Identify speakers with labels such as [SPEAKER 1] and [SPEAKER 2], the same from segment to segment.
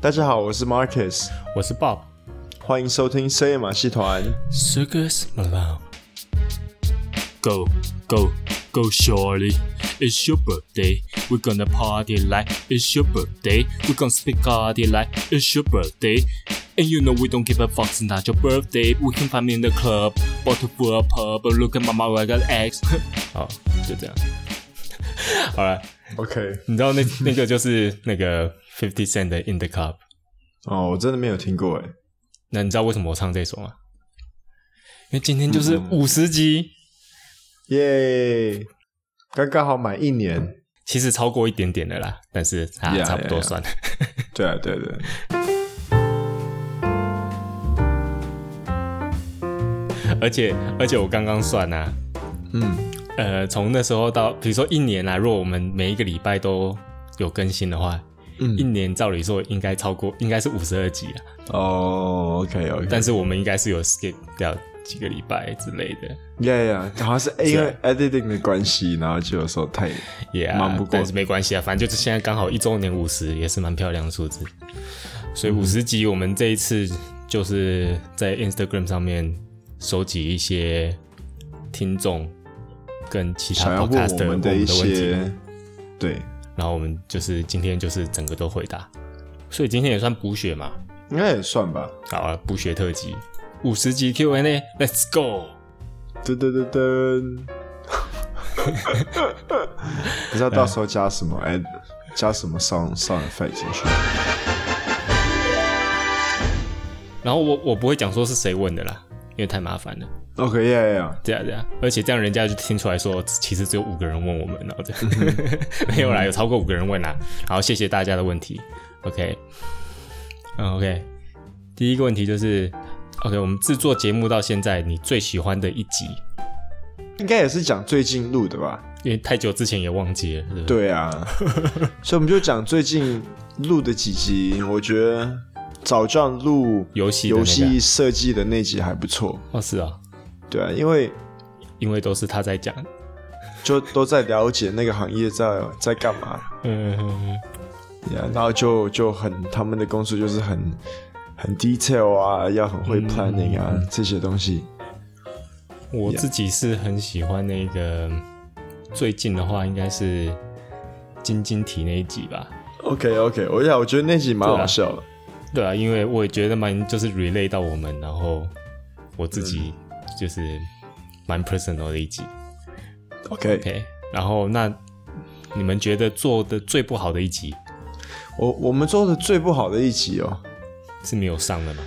[SPEAKER 1] 大家好，我是 Marcus，
[SPEAKER 2] 我是 Bob。
[SPEAKER 1] 欢迎收听深夜马戏团。
[SPEAKER 2] Circus Malone。
[SPEAKER 3] Go, go, go, shorty. It's your birthday. We're gonna party like it's your birthday. We're gonna speak party like it's your birthday. And you know we don't give a fuck, it's not your birthday. We can find me in the club, bottle full of pub. But look at my mom, I got eggs.
[SPEAKER 2] 好，就这样。 好了，
[SPEAKER 1] OK，
[SPEAKER 2] 你知道那那个就是那个 Fifty Cent 的 In the Club。
[SPEAKER 1] 哦，我真的没有听过哎。
[SPEAKER 2] 那你知道为什么我唱这首吗？因为今天就是
[SPEAKER 1] 嗯
[SPEAKER 2] 五十集，
[SPEAKER 1] 耶，刚刚好满一年。
[SPEAKER 2] 其实超过一点点的啦，但是啊
[SPEAKER 1] Yeah,
[SPEAKER 2] 差不多
[SPEAKER 1] yeah, yeah.
[SPEAKER 2] 算了。
[SPEAKER 1] 对啊，对对，
[SPEAKER 2] 而且而且我刚刚算啊，
[SPEAKER 1] 嗯，
[SPEAKER 2] 呃，从那时候到，比如说一年啊，如果我们每一个礼拜都有更新的话，
[SPEAKER 1] 嗯
[SPEAKER 2] 一年照理说应该超过，应该是五十二集啊。
[SPEAKER 1] 哦，OK，OK，
[SPEAKER 2] 但是我们应该是有 skip 掉几个礼拜之类的
[SPEAKER 1] Yeah, yeah，好像是啊因为 editing 的关系，然后就有时候太
[SPEAKER 2] ，Yeah，
[SPEAKER 1] 忙不过
[SPEAKER 2] 但是没关系啊，反正就是现在刚好一周年五十，也是蛮漂亮的数字。
[SPEAKER 1] 嗯
[SPEAKER 2] 所以五十集，我们这一次就是在 Instagram 上面收集一些听众跟其
[SPEAKER 1] 想
[SPEAKER 2] 他
[SPEAKER 1] 要问
[SPEAKER 2] podcaster
[SPEAKER 1] 我们
[SPEAKER 2] 的
[SPEAKER 1] 的一
[SPEAKER 2] 问题，
[SPEAKER 1] 些，对，
[SPEAKER 2] 然后我们就是今天就是整个都回答，所以今天也算补血嘛，
[SPEAKER 1] 应该也算吧。
[SPEAKER 2] 好啊，补血特辑五十集 Q&A，Let's go。
[SPEAKER 1] 噔噔噔噔， 不知道到时候加什么 ed，加什么 sound sound effect 进去。
[SPEAKER 2] 然后我我不会讲说是谁问的啦，因为太麻烦了。
[SPEAKER 1] OK，yeah yeah，
[SPEAKER 2] 对啊，对啊，而且这样人家就听出来说，其实只有五个人问我们，然后这样 没有啦，有超过五个人问啦。好，谢谢大家的问题。OK，嗯，OK，第一个问题就是，OK，我们制作节目到现在，你最喜欢的一集，
[SPEAKER 1] 应该也是讲最近录的吧？
[SPEAKER 2] 因为太久之前也忘记了，对不对？
[SPEAKER 1] 对 啊，所以我们就讲最近录的几集，我觉得早上录
[SPEAKER 2] 游戏的那
[SPEAKER 1] 游
[SPEAKER 2] 个
[SPEAKER 1] 戏设计的那集还不错。
[SPEAKER 2] 哦，是啊，
[SPEAKER 1] 对啊，因为
[SPEAKER 2] 因为都是他在讲。
[SPEAKER 1] 就都在了解那个行业在在干嘛，
[SPEAKER 2] 嗯，
[SPEAKER 1] yeah, 然后就就很他们的公司就是很很 detail 啊，要很会 planning 啊、这些东西。
[SPEAKER 2] 我自己是很喜欢那个，最近的话应该是晶晶体那一集吧。
[SPEAKER 1] OK OK，我想我觉得那集蛮好笑的。
[SPEAKER 2] 对啊，因为我也觉得蛮就是 relay 到我们，然后我自己
[SPEAKER 1] 嗯
[SPEAKER 2] 就是蛮 personal 的一集。
[SPEAKER 1] OK，
[SPEAKER 2] OK，然后那你们觉得做的最不好的一集
[SPEAKER 1] 我我们做的最不好的一集 哦
[SPEAKER 2] 是没有上的吗？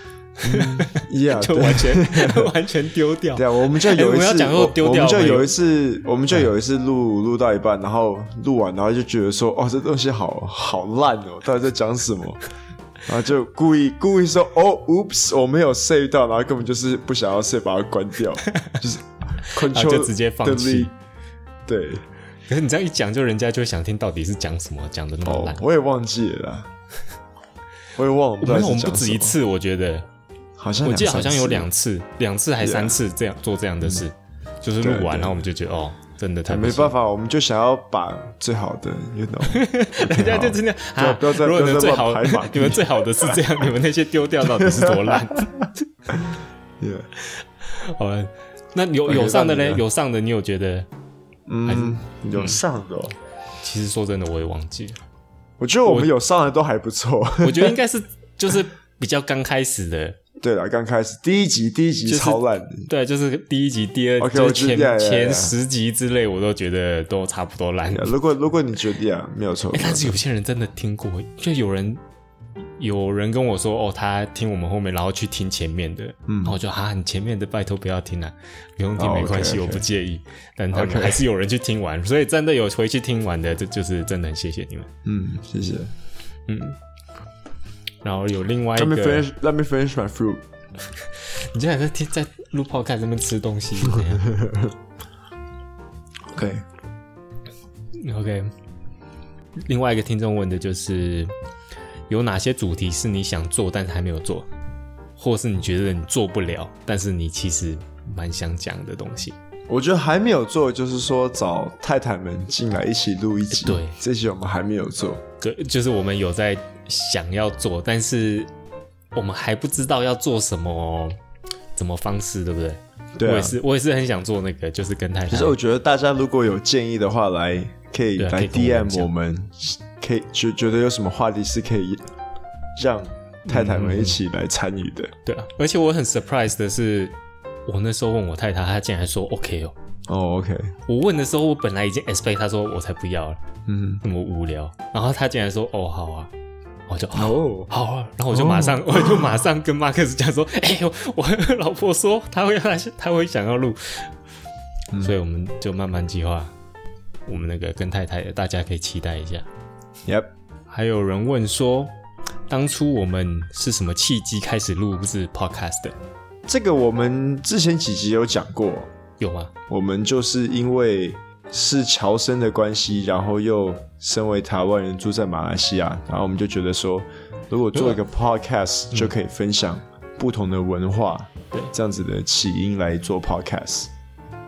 [SPEAKER 1] ，Yeah，
[SPEAKER 2] 就
[SPEAKER 1] 啊对
[SPEAKER 2] 完全 完全丢掉。
[SPEAKER 1] 对啊，我们就
[SPEAKER 2] 哎
[SPEAKER 1] 有一
[SPEAKER 2] 我
[SPEAKER 1] 次，
[SPEAKER 2] 要讲
[SPEAKER 1] 我
[SPEAKER 2] 说丢
[SPEAKER 1] 我
[SPEAKER 2] 掉哎
[SPEAKER 1] 们就
[SPEAKER 2] 我们
[SPEAKER 1] 有一次，我们就有一次录录到一半，然后录完，然后就觉得说，哦，这东西好好烂哦，到底在讲什 么？然后就故意故意说，哦，oops，我没有 save 到，然后根本就是不想要 save，把它关 掉，就是
[SPEAKER 2] 然
[SPEAKER 1] control
[SPEAKER 2] 后就直接放弃
[SPEAKER 1] delete。对，
[SPEAKER 2] 可是你这样一讲，就人家就会想听到底是讲什么，讲的那么
[SPEAKER 1] 哦
[SPEAKER 2] 烂。，
[SPEAKER 1] 我也忘记了啦，我也忘了，
[SPEAKER 2] 我
[SPEAKER 1] 到
[SPEAKER 2] 们
[SPEAKER 1] 底
[SPEAKER 2] 我
[SPEAKER 1] 是
[SPEAKER 2] 们
[SPEAKER 1] 讲
[SPEAKER 2] 不止
[SPEAKER 1] 什
[SPEAKER 2] 一
[SPEAKER 1] 么，
[SPEAKER 2] 次，我觉得
[SPEAKER 1] 好像
[SPEAKER 2] 我记得
[SPEAKER 1] 两
[SPEAKER 2] 好
[SPEAKER 1] 三
[SPEAKER 2] 像
[SPEAKER 1] 次
[SPEAKER 2] 有两次，两次还
[SPEAKER 1] Yeah
[SPEAKER 2] 三次这样做这样的事，就是
[SPEAKER 1] 对
[SPEAKER 2] 录
[SPEAKER 1] 对
[SPEAKER 2] 完，然后我们就觉得哦，真的太不
[SPEAKER 1] 没
[SPEAKER 2] 行
[SPEAKER 1] 办法，我们就想要把最好的，you know。
[SPEAKER 2] 人家就真的
[SPEAKER 1] 好
[SPEAKER 2] 啊，
[SPEAKER 1] 不要再
[SPEAKER 2] 如果
[SPEAKER 1] 不
[SPEAKER 2] 你
[SPEAKER 1] 要
[SPEAKER 2] 们
[SPEAKER 1] 再
[SPEAKER 2] 最
[SPEAKER 1] 乱
[SPEAKER 2] 好
[SPEAKER 1] 排版
[SPEAKER 2] 你们最好的是这样，你们那些丢掉到底是多 烂？
[SPEAKER 1] Yeah
[SPEAKER 2] 好了，那有
[SPEAKER 1] OK，
[SPEAKER 2] 有上的
[SPEAKER 1] 让
[SPEAKER 2] 呢？
[SPEAKER 1] 你啊
[SPEAKER 2] 有上的，你有觉得？
[SPEAKER 1] 嗯，有上的、哦。
[SPEAKER 2] 其实说真的，我也忘记 了。
[SPEAKER 1] 我觉得我们有上的都还不错。
[SPEAKER 2] 我觉得应该是就是比较刚开始的，
[SPEAKER 1] 对了，刚开始第一集，第一集
[SPEAKER 2] 就是
[SPEAKER 1] 超烂的。
[SPEAKER 2] 对，啊就是第一集、第二，
[SPEAKER 1] OK，
[SPEAKER 2] 就
[SPEAKER 1] 我
[SPEAKER 2] 是
[SPEAKER 1] 知呀呀
[SPEAKER 2] 前前
[SPEAKER 1] 呀
[SPEAKER 2] 十集之类，我都觉得都差不多烂。
[SPEAKER 1] Yeah，如果如果你觉得啊，没有错
[SPEAKER 2] 哎、，但是有些人真的听过，就有人有人跟我说，哦，他听我们后面，然后去听前面的，嗯，然后我就哈、啊，你前面的拜托不要听啊，不用听
[SPEAKER 1] 哦
[SPEAKER 2] 没关系
[SPEAKER 1] OK，OK
[SPEAKER 2] 我不介意。但他们
[SPEAKER 1] OK
[SPEAKER 2] 还是有人去听完所以真的有回去听完的，这就是真的很谢谢你们。
[SPEAKER 1] 嗯，谢谢。
[SPEAKER 2] 然后有另外一
[SPEAKER 1] Let me
[SPEAKER 2] 个，
[SPEAKER 1] finish, let me finish my fruit。
[SPEAKER 2] 你竟然在听在录 podcast 那边吃 东西是怎样
[SPEAKER 1] OK，
[SPEAKER 2] ，OK。另外一个听众问的就是，有哪些主题是你想做但是还没有做，或是你觉得你做不了，但是你其实蛮想讲的东西？
[SPEAKER 1] 我觉得还没有做，就是说找太太们进来一起录一集。
[SPEAKER 2] 对
[SPEAKER 1] 这集我们还没有做。
[SPEAKER 2] 对，就是我们有在想要做，但是我们还不知道要做什么，哦怎么方式，对不对？
[SPEAKER 1] 对啊
[SPEAKER 2] 我也是，我也是很想做那个，就是跟太太。
[SPEAKER 1] 其实我觉得大家如果有建议的话，来可以
[SPEAKER 2] 对啊可
[SPEAKER 1] 来
[SPEAKER 2] 以跟我们
[SPEAKER 1] DM 我们，可以觉觉得有什么话题是可以让太太
[SPEAKER 2] 嗯
[SPEAKER 1] 们一起来参与的。
[SPEAKER 2] 对啊，而且我很 surprise 的是，我那时候问我太太，她竟然说 OK 哦。
[SPEAKER 1] 哦，OK，
[SPEAKER 2] 我问的时候，我本来已经 expect 她说我才不要了，
[SPEAKER 1] 嗯，
[SPEAKER 2] 那么无聊，然后她竟然说哦好啊，我就好、
[SPEAKER 1] 哦，
[SPEAKER 2] 好啊，然后我就马上、我就马上跟马克思讲说，哎、我我老婆说她会她她会想要录，
[SPEAKER 1] 嗯
[SPEAKER 2] 所以我们就慢慢计划我们那个跟太太的，大家可以期待一下。
[SPEAKER 1] Yep，
[SPEAKER 2] 还有人问说，当初我们是什么契机开始录制 podcast 的？
[SPEAKER 1] 这个我们之前几集有讲过，
[SPEAKER 2] 有吗？
[SPEAKER 1] 我们就是因为是侨生的关系，然后又身为台湾人住在马来西亚，然后我们就觉得说，如果做一个 podcast 就可以分享不同的文化，
[SPEAKER 2] 对
[SPEAKER 1] 这样子的起因来做 podcast。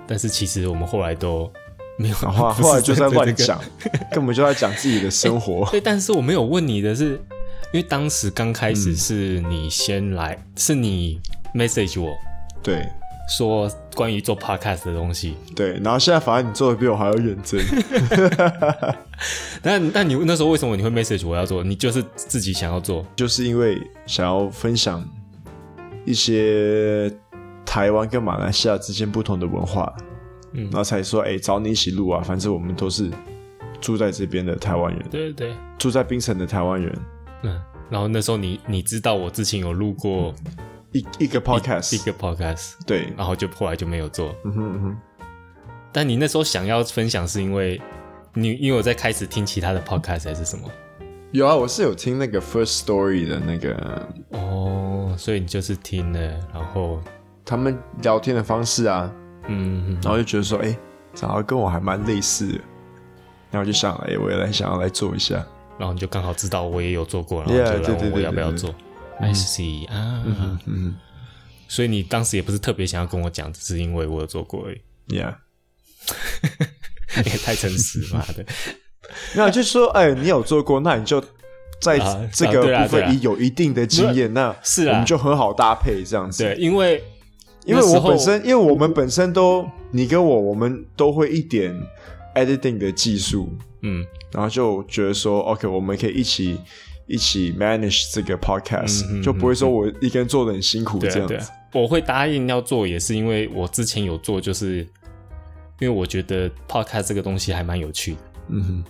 [SPEAKER 2] 但是其实我们后来都没有，
[SPEAKER 1] 然后啊
[SPEAKER 2] 不是
[SPEAKER 1] 后来就在乱
[SPEAKER 2] 这个
[SPEAKER 1] 讲， 根本就在讲自己的生 活。
[SPEAKER 2] 对，但是我没有问你的是，因为当时刚开始是你先来，是你 message 我
[SPEAKER 1] 对
[SPEAKER 2] 说关于做 podcast 的东西。
[SPEAKER 1] 对，然后现在反而你做的比我还要认真。
[SPEAKER 2] 那那你那时候为什么你会 message 我要做？你就是自己想要做，
[SPEAKER 1] 就是因为想要分享一些台湾跟马来西亚之间不同的文化，
[SPEAKER 2] 嗯
[SPEAKER 1] 然后才说哎、找你一起录啊，反正我们都是住在这边的台湾人，
[SPEAKER 2] 对对，
[SPEAKER 1] 住在槟城的台湾人，
[SPEAKER 2] 嗯。然后那时候你你知道我之前有录过
[SPEAKER 1] 一一个
[SPEAKER 2] 一
[SPEAKER 1] podcast，
[SPEAKER 2] 个啊 podcast，
[SPEAKER 1] 对，
[SPEAKER 2] 然后就后来就没有做。
[SPEAKER 1] 嗯哼嗯哼，
[SPEAKER 2] 但你那时候想要分享，是因为你因为我在开始听其他的 podcast 还是什么？
[SPEAKER 1] 有啊，我是有听那个 First Story 的那个
[SPEAKER 2] 哦，所以你就是听了，然后
[SPEAKER 1] 他们聊天的方式啊，
[SPEAKER 2] 嗯，
[SPEAKER 1] 然后就觉得说，哎、长得跟我还蛮类似的，然后就想，哎、我也来想要来做一下。
[SPEAKER 2] 然后你就刚好知道我也有做过，然后
[SPEAKER 1] Yeah，
[SPEAKER 2] 就来
[SPEAKER 1] 对对
[SPEAKER 2] 问我
[SPEAKER 1] 对
[SPEAKER 2] 要不
[SPEAKER 1] 对
[SPEAKER 2] 要
[SPEAKER 1] 对
[SPEAKER 2] 做。I see 啊，
[SPEAKER 1] 嗯
[SPEAKER 2] 所以你当时也不是特别想要跟我讲，只是因为我有做过而已，
[SPEAKER 1] ，Yeah，
[SPEAKER 2] 也太诚实嘛 的。
[SPEAKER 1] 那就说，哎、你有做过，那你就在
[SPEAKER 2] 啊
[SPEAKER 1] 这
[SPEAKER 2] 啊
[SPEAKER 1] 个
[SPEAKER 2] 对啊
[SPEAKER 1] 部
[SPEAKER 2] 对啊
[SPEAKER 1] 分已有一定的经验，那
[SPEAKER 2] 是啊
[SPEAKER 1] 我们就很好搭配这样子。
[SPEAKER 2] 对，，因为
[SPEAKER 1] 因为
[SPEAKER 2] 那时
[SPEAKER 1] 我
[SPEAKER 2] 候
[SPEAKER 1] 本身，因为我们本身都，你跟我，我们都会一点 editing 的技术，
[SPEAKER 2] 嗯
[SPEAKER 1] 然后就觉得说，OK，我们可以一起一起 manage 这个 podcast，、
[SPEAKER 2] 嗯嗯嗯
[SPEAKER 1] 就不会说我一个人做的很辛苦
[SPEAKER 2] 对
[SPEAKER 1] 这
[SPEAKER 2] 啊
[SPEAKER 1] 样子。
[SPEAKER 2] 对啊，我会答应要做，也是因为我之前有做，就是因为我觉得 podcast 这个东西还蛮有趣的。
[SPEAKER 1] 嗯哼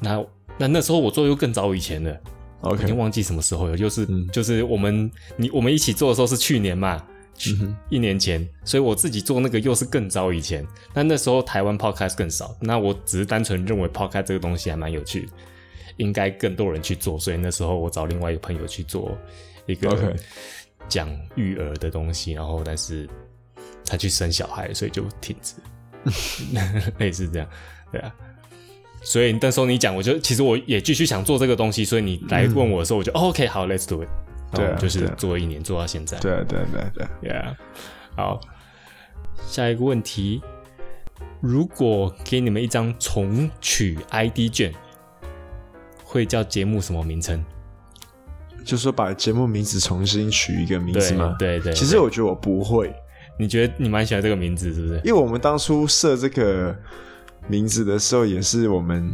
[SPEAKER 2] 那那那时候我做又更早以前了。我已经
[SPEAKER 1] ，OK，
[SPEAKER 2] 忘记什么时候了，就是、
[SPEAKER 1] 嗯
[SPEAKER 2] 就是我们你我们一起做的时候是去年嘛，
[SPEAKER 1] 嗯
[SPEAKER 2] 去、一年前，所以我自己做那个又是更早以前。那那时候台湾 podcast 更少，那我只是单纯认为 podcast 这个东西还蛮有趣的，应该更多人去做，所以那时候我找另外一个朋友去做一个
[SPEAKER 1] OK
[SPEAKER 2] 讲育儿的东西，然后但是他去生小孩，所以就停止， 类似这样，对啊。所以那时候你讲，我就其实我也继续想做这个东西，所以你来问我的时候，我就、哦 OK 好，Let's do it。
[SPEAKER 1] 嗯对啊
[SPEAKER 2] 然后就是
[SPEAKER 1] 对啊
[SPEAKER 2] 做一年做到现在。
[SPEAKER 1] 对啊对啊对啊对啊。
[SPEAKER 2] Yeah，好，下一个问题，如果给你们一张重取 ID 卷，会叫节目什么名称？
[SPEAKER 1] 就说把节目名字重新取一个名字吗？
[SPEAKER 2] 对对对
[SPEAKER 1] 其实我觉得我不会，
[SPEAKER 2] 你觉得你蛮喜欢这个名字是不是？
[SPEAKER 1] 因为我们当初设这个名字的时候，也是我们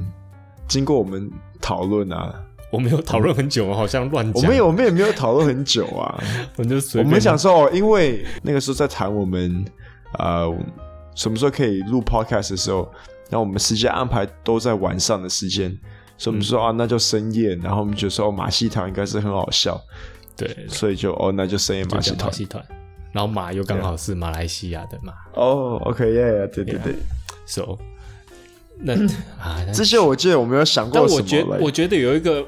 [SPEAKER 1] 经过我们讨论啊，
[SPEAKER 2] 我没有讨论很久，我好像乱讲。
[SPEAKER 1] 我们也，我们也没有讨论很久 啊。
[SPEAKER 2] 我就随
[SPEAKER 1] 我
[SPEAKER 2] 便。
[SPEAKER 1] 们想说哦，因为那个时候在谈我们呃什么时候可以录 podcast 的时候，那我们时间安排都在晚上的时
[SPEAKER 2] 嗯
[SPEAKER 1] 间，所以我们说、啊，那就深夜。然后我们就说、哦、马戏团应该是很好笑，
[SPEAKER 2] 对，
[SPEAKER 1] 所以就哦，那就深夜马
[SPEAKER 2] 就
[SPEAKER 1] 戏
[SPEAKER 2] 叫马
[SPEAKER 1] 团。
[SPEAKER 2] 戏团，然后马又刚好是马来西亚的马
[SPEAKER 1] 哦，OK，yeah，对对对。
[SPEAKER 2] ，so 那啊，那
[SPEAKER 1] 这些我记得我没有想
[SPEAKER 2] 但
[SPEAKER 1] 过什么嗯
[SPEAKER 2] 我觉
[SPEAKER 1] 来
[SPEAKER 2] 我觉得有一个，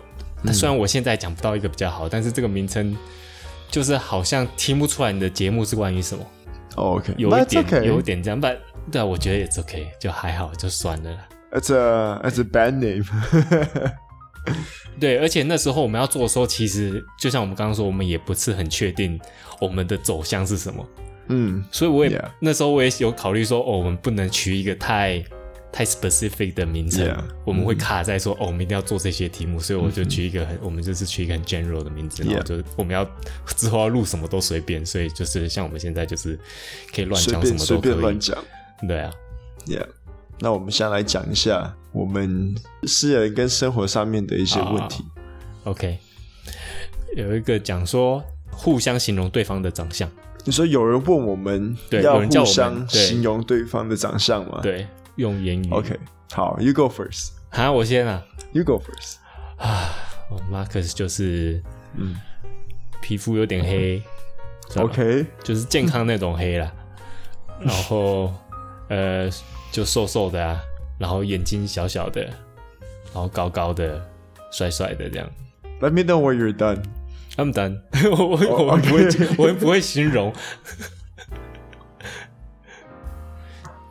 [SPEAKER 2] 虽然我现在讲不到一个比较好，但是这个名称就是好像听不出来你的节目是关于什么，
[SPEAKER 1] 哦 OK，
[SPEAKER 2] 有一点
[SPEAKER 1] That's okay.
[SPEAKER 2] 有一点这样，但对啊，我觉得也 s OK，就还好，就算了啦。
[SPEAKER 1] That's a that's a bad name
[SPEAKER 2] 对，而且那时候我们要做的时候，其实就像我们刚刚说，我们也不是很确定我们的走向是什么，
[SPEAKER 1] 嗯。
[SPEAKER 2] 所以我也
[SPEAKER 1] Yeah.
[SPEAKER 2] 那时候我也有考虑说，哦，我们不能取一个太太 specific 的名称
[SPEAKER 1] Yeah Mm-hmm
[SPEAKER 2] 我们会卡在说哦，我们一定要做这些题目，所以我就取一个很，我们就是取一个很 general 的名字，然后
[SPEAKER 1] Yeah
[SPEAKER 2] 就我们要之后要录什么都随便，所以就是像我们现在就是可以乱
[SPEAKER 1] 随
[SPEAKER 2] 讲什
[SPEAKER 1] 便
[SPEAKER 2] 么
[SPEAKER 1] 随
[SPEAKER 2] 都可
[SPEAKER 1] 便
[SPEAKER 2] 以
[SPEAKER 1] 乱，讲。
[SPEAKER 2] 对啊，
[SPEAKER 1] Yeah，那我们先来讲一下我们私人跟生活上面的一些问题。
[SPEAKER 2] 啊 OK，有一个讲说互相形容对方的长相，
[SPEAKER 1] 你说有人问我们
[SPEAKER 2] 对
[SPEAKER 1] 要
[SPEAKER 2] 有人
[SPEAKER 1] 互
[SPEAKER 2] 叫我们
[SPEAKER 1] 相
[SPEAKER 2] 对
[SPEAKER 1] 形容对方的长相吗？
[SPEAKER 2] 对，用言语。
[SPEAKER 1] ，OK，好，You go first。
[SPEAKER 2] 好，我先啊，
[SPEAKER 1] You go first。
[SPEAKER 2] 啊，我 Marcus 就是
[SPEAKER 1] 嗯
[SPEAKER 2] 皮肤有点黑知道吧
[SPEAKER 1] ，OK，
[SPEAKER 2] 就是健康那种黑啦，然后呃就瘦瘦的啊，然后眼睛小小的，然后高高的，帅帅的这样。
[SPEAKER 1] Let me know when you're done.
[SPEAKER 2] I'm done，我 我我
[SPEAKER 1] Oh,
[SPEAKER 2] 不会
[SPEAKER 1] okay.
[SPEAKER 2] 我也不会形容。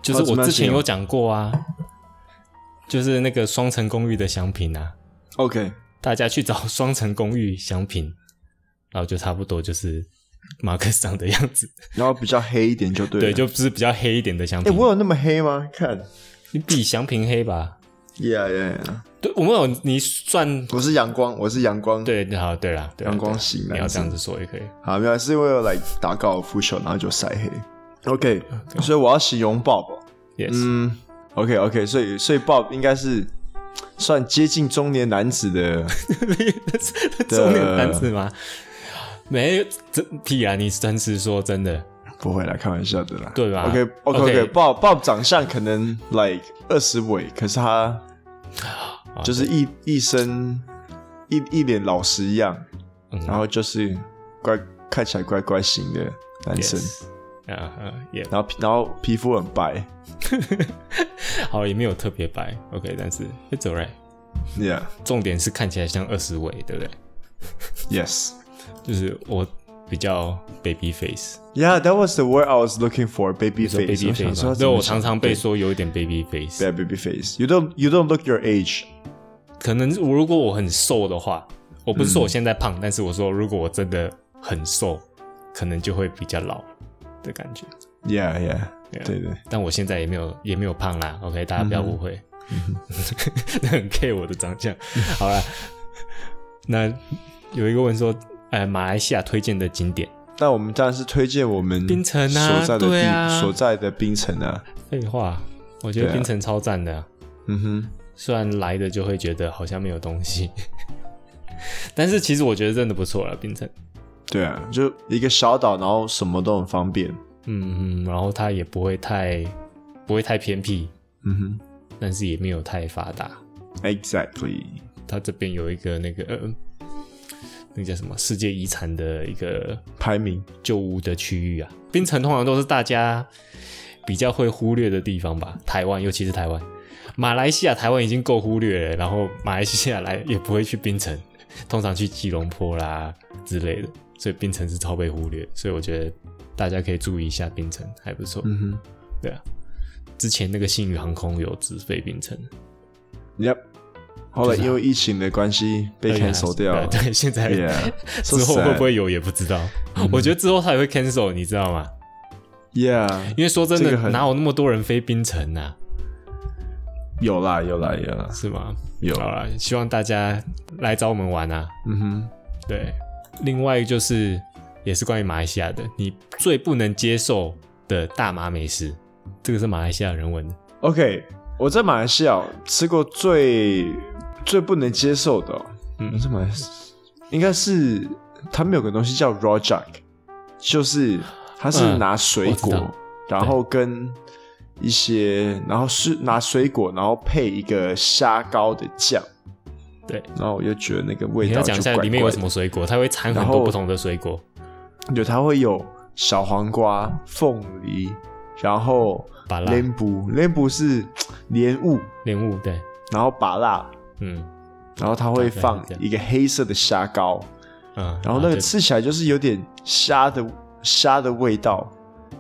[SPEAKER 2] 就是我之前有讲过啊，就是那个双层公寓的祥品啊，
[SPEAKER 1] OK，
[SPEAKER 2] 大家去找双层公寓祥品，然后就差不多就是马克思长的样子，
[SPEAKER 1] 然后比较黑一点就对了。啊
[SPEAKER 2] 对，就是比较黑一点的祥
[SPEAKER 1] 哎、
[SPEAKER 2] 品。
[SPEAKER 1] 我有那么黑吗？看
[SPEAKER 2] 你比祥平黑吧？
[SPEAKER 1] ，Yeah Yeah，, yeah.
[SPEAKER 2] 对，我们有你算
[SPEAKER 1] 我是阳光，我是阳光。，
[SPEAKER 2] 对，好对啦，对啦
[SPEAKER 1] 阳光
[SPEAKER 2] 对啦
[SPEAKER 1] 型
[SPEAKER 2] 你要
[SPEAKER 1] 男子
[SPEAKER 2] 这样子说也可以。
[SPEAKER 1] 好，没有，是因为我来打高尔夫球，然后就晒黑。OK，,
[SPEAKER 2] 嗯
[SPEAKER 1] 所以我要形容 Bob。
[SPEAKER 2] Yes，
[SPEAKER 1] 嗯，OK OK，所以所以 Bob 应该是算接近中年男子的
[SPEAKER 2] 中年男子吗？没有，这屁啊！你真是说真的，
[SPEAKER 1] 不会啦，开玩笑的啦，
[SPEAKER 2] 对吧
[SPEAKER 1] OK OK
[SPEAKER 2] OK
[SPEAKER 1] OK，Bob Bob 长相可能 like 二十尾，可是他
[SPEAKER 2] 啊
[SPEAKER 1] 就是一一身一一脸老实样，
[SPEAKER 2] 嗯
[SPEAKER 1] 然后就是乖看起来乖乖型的男生，
[SPEAKER 2] yes，啊啊也
[SPEAKER 1] 然后然后皮肤很白
[SPEAKER 2] 好，也没有特别白，OK，但是 it's alright。
[SPEAKER 1] ，Yeah
[SPEAKER 2] 重点是看起来像二十尾，对不对？
[SPEAKER 1] Yes。
[SPEAKER 2] 就是我比较 baby face，
[SPEAKER 1] Yeah, that was the word I was looking for. Baby
[SPEAKER 2] 你说
[SPEAKER 1] face，
[SPEAKER 2] baby
[SPEAKER 1] 我想
[SPEAKER 2] face
[SPEAKER 1] 说
[SPEAKER 2] 吗？
[SPEAKER 1] 他
[SPEAKER 2] 对，
[SPEAKER 1] 怎么
[SPEAKER 2] 我
[SPEAKER 1] 想
[SPEAKER 2] 常常被说有一点 baby face。
[SPEAKER 1] Yeah, baby face. You don't, you don't look your age.
[SPEAKER 2] 可能我如果我很瘦的话，我不是说我现在胖，但是我说如果我真的很瘦，可能就会比较老的感觉。
[SPEAKER 1] Yeah, yeah.
[SPEAKER 2] Yeah.
[SPEAKER 1] 对对，
[SPEAKER 2] 但我现在也没有也没有胖啦，OK，大家不要误会，很 care 我的长相。好啦，那有一个问说，呃，马来西亚推荐的景点，
[SPEAKER 1] 那我们当然是推荐我们
[SPEAKER 2] 槟城啊
[SPEAKER 1] 所在的
[SPEAKER 2] 对
[SPEAKER 1] 地、
[SPEAKER 2] 啊
[SPEAKER 1] 所在的槟城啊。
[SPEAKER 2] 废话，我觉得
[SPEAKER 1] 对啊
[SPEAKER 2] 槟城超赞的啊、
[SPEAKER 1] 嗯哼，
[SPEAKER 2] 虽然来的就会觉得好像没有东西，但是其实我觉得真的不错了，槟城。
[SPEAKER 1] 对啊，就一个小岛，然后什么都很方便。
[SPEAKER 2] 嗯，嗯，然后它也不会太不会太偏僻，
[SPEAKER 1] 嗯
[SPEAKER 2] 但是也没有太发达。
[SPEAKER 1] 哼，Exactly。
[SPEAKER 2] 它这边有一个那个、呃、那个叫什么世界遗产的一个
[SPEAKER 1] 排名
[SPEAKER 2] 旧屋的区域啊，槟城通常都是大家比较会忽略的地方吧。台湾，尤其是台湾，马来西亚、台湾已经够忽略了，然后马来西亚来也不会去槟城，通常去吉隆坡啦之类的，所以槟城是超被忽略。所以我觉得大家可以注意一下槟城，还不错。
[SPEAKER 1] 嗯
[SPEAKER 2] 对啊，之前那个星宇航空有直飞槟城，
[SPEAKER 1] 哼，Yep。后来
[SPEAKER 2] 就是啊
[SPEAKER 1] 因为疫情的关系被
[SPEAKER 2] 对啊
[SPEAKER 1] cancel 掉了。
[SPEAKER 2] 对，对 现在
[SPEAKER 1] Yeah，嗯
[SPEAKER 2] 之后会不会有也不知道。我觉得之后他也会 cancel，你知道吗？
[SPEAKER 1] ？Yeah，
[SPEAKER 2] 因为说真的，
[SPEAKER 1] 这个很
[SPEAKER 2] 哪有那么多人飞槟城啊？
[SPEAKER 1] 有啦，有啦，有啦，
[SPEAKER 2] 是吗？
[SPEAKER 1] 有
[SPEAKER 2] 好啦，希望大家来找我们玩啊。
[SPEAKER 1] 嗯哼，
[SPEAKER 2] 对，另外就是也是关于马来西亚的，你最不能接受的大麻美食，这个是马来西亚人问的。
[SPEAKER 1] OK，我在马来西亚吃过最最不能接受的、哦，
[SPEAKER 2] 嗯
[SPEAKER 1] 嗯，在马来西应该是他们有个东西叫 rojak，就是它是
[SPEAKER 2] 嗯
[SPEAKER 1] 拿水果，
[SPEAKER 2] 我知道
[SPEAKER 1] 然后跟一些，然后是拿水果，然后配一个虾膏的酱，
[SPEAKER 2] 对，
[SPEAKER 1] 然后我就觉得那个味
[SPEAKER 2] 你
[SPEAKER 1] 道
[SPEAKER 2] 要
[SPEAKER 1] 就
[SPEAKER 2] 讲一
[SPEAKER 1] 怪
[SPEAKER 2] 下
[SPEAKER 1] 怪的。
[SPEAKER 2] 里面有什么水果，它会掺很
[SPEAKER 1] 然
[SPEAKER 2] 多
[SPEAKER 1] 后
[SPEAKER 2] 不同的水果。
[SPEAKER 1] 有它会有小黄瓜、凤梨，然后
[SPEAKER 2] 芭乐
[SPEAKER 1] 莲补，莲补是莲雾，
[SPEAKER 2] 莲雾，对，
[SPEAKER 1] 然后拔辣。
[SPEAKER 2] 嗯
[SPEAKER 1] 然后它会放
[SPEAKER 2] 大概是这样
[SPEAKER 1] 一个黑色的虾膏，
[SPEAKER 2] 嗯，
[SPEAKER 1] 然后那个
[SPEAKER 2] 就
[SPEAKER 1] 吃起来就是有点虾的虾的味道。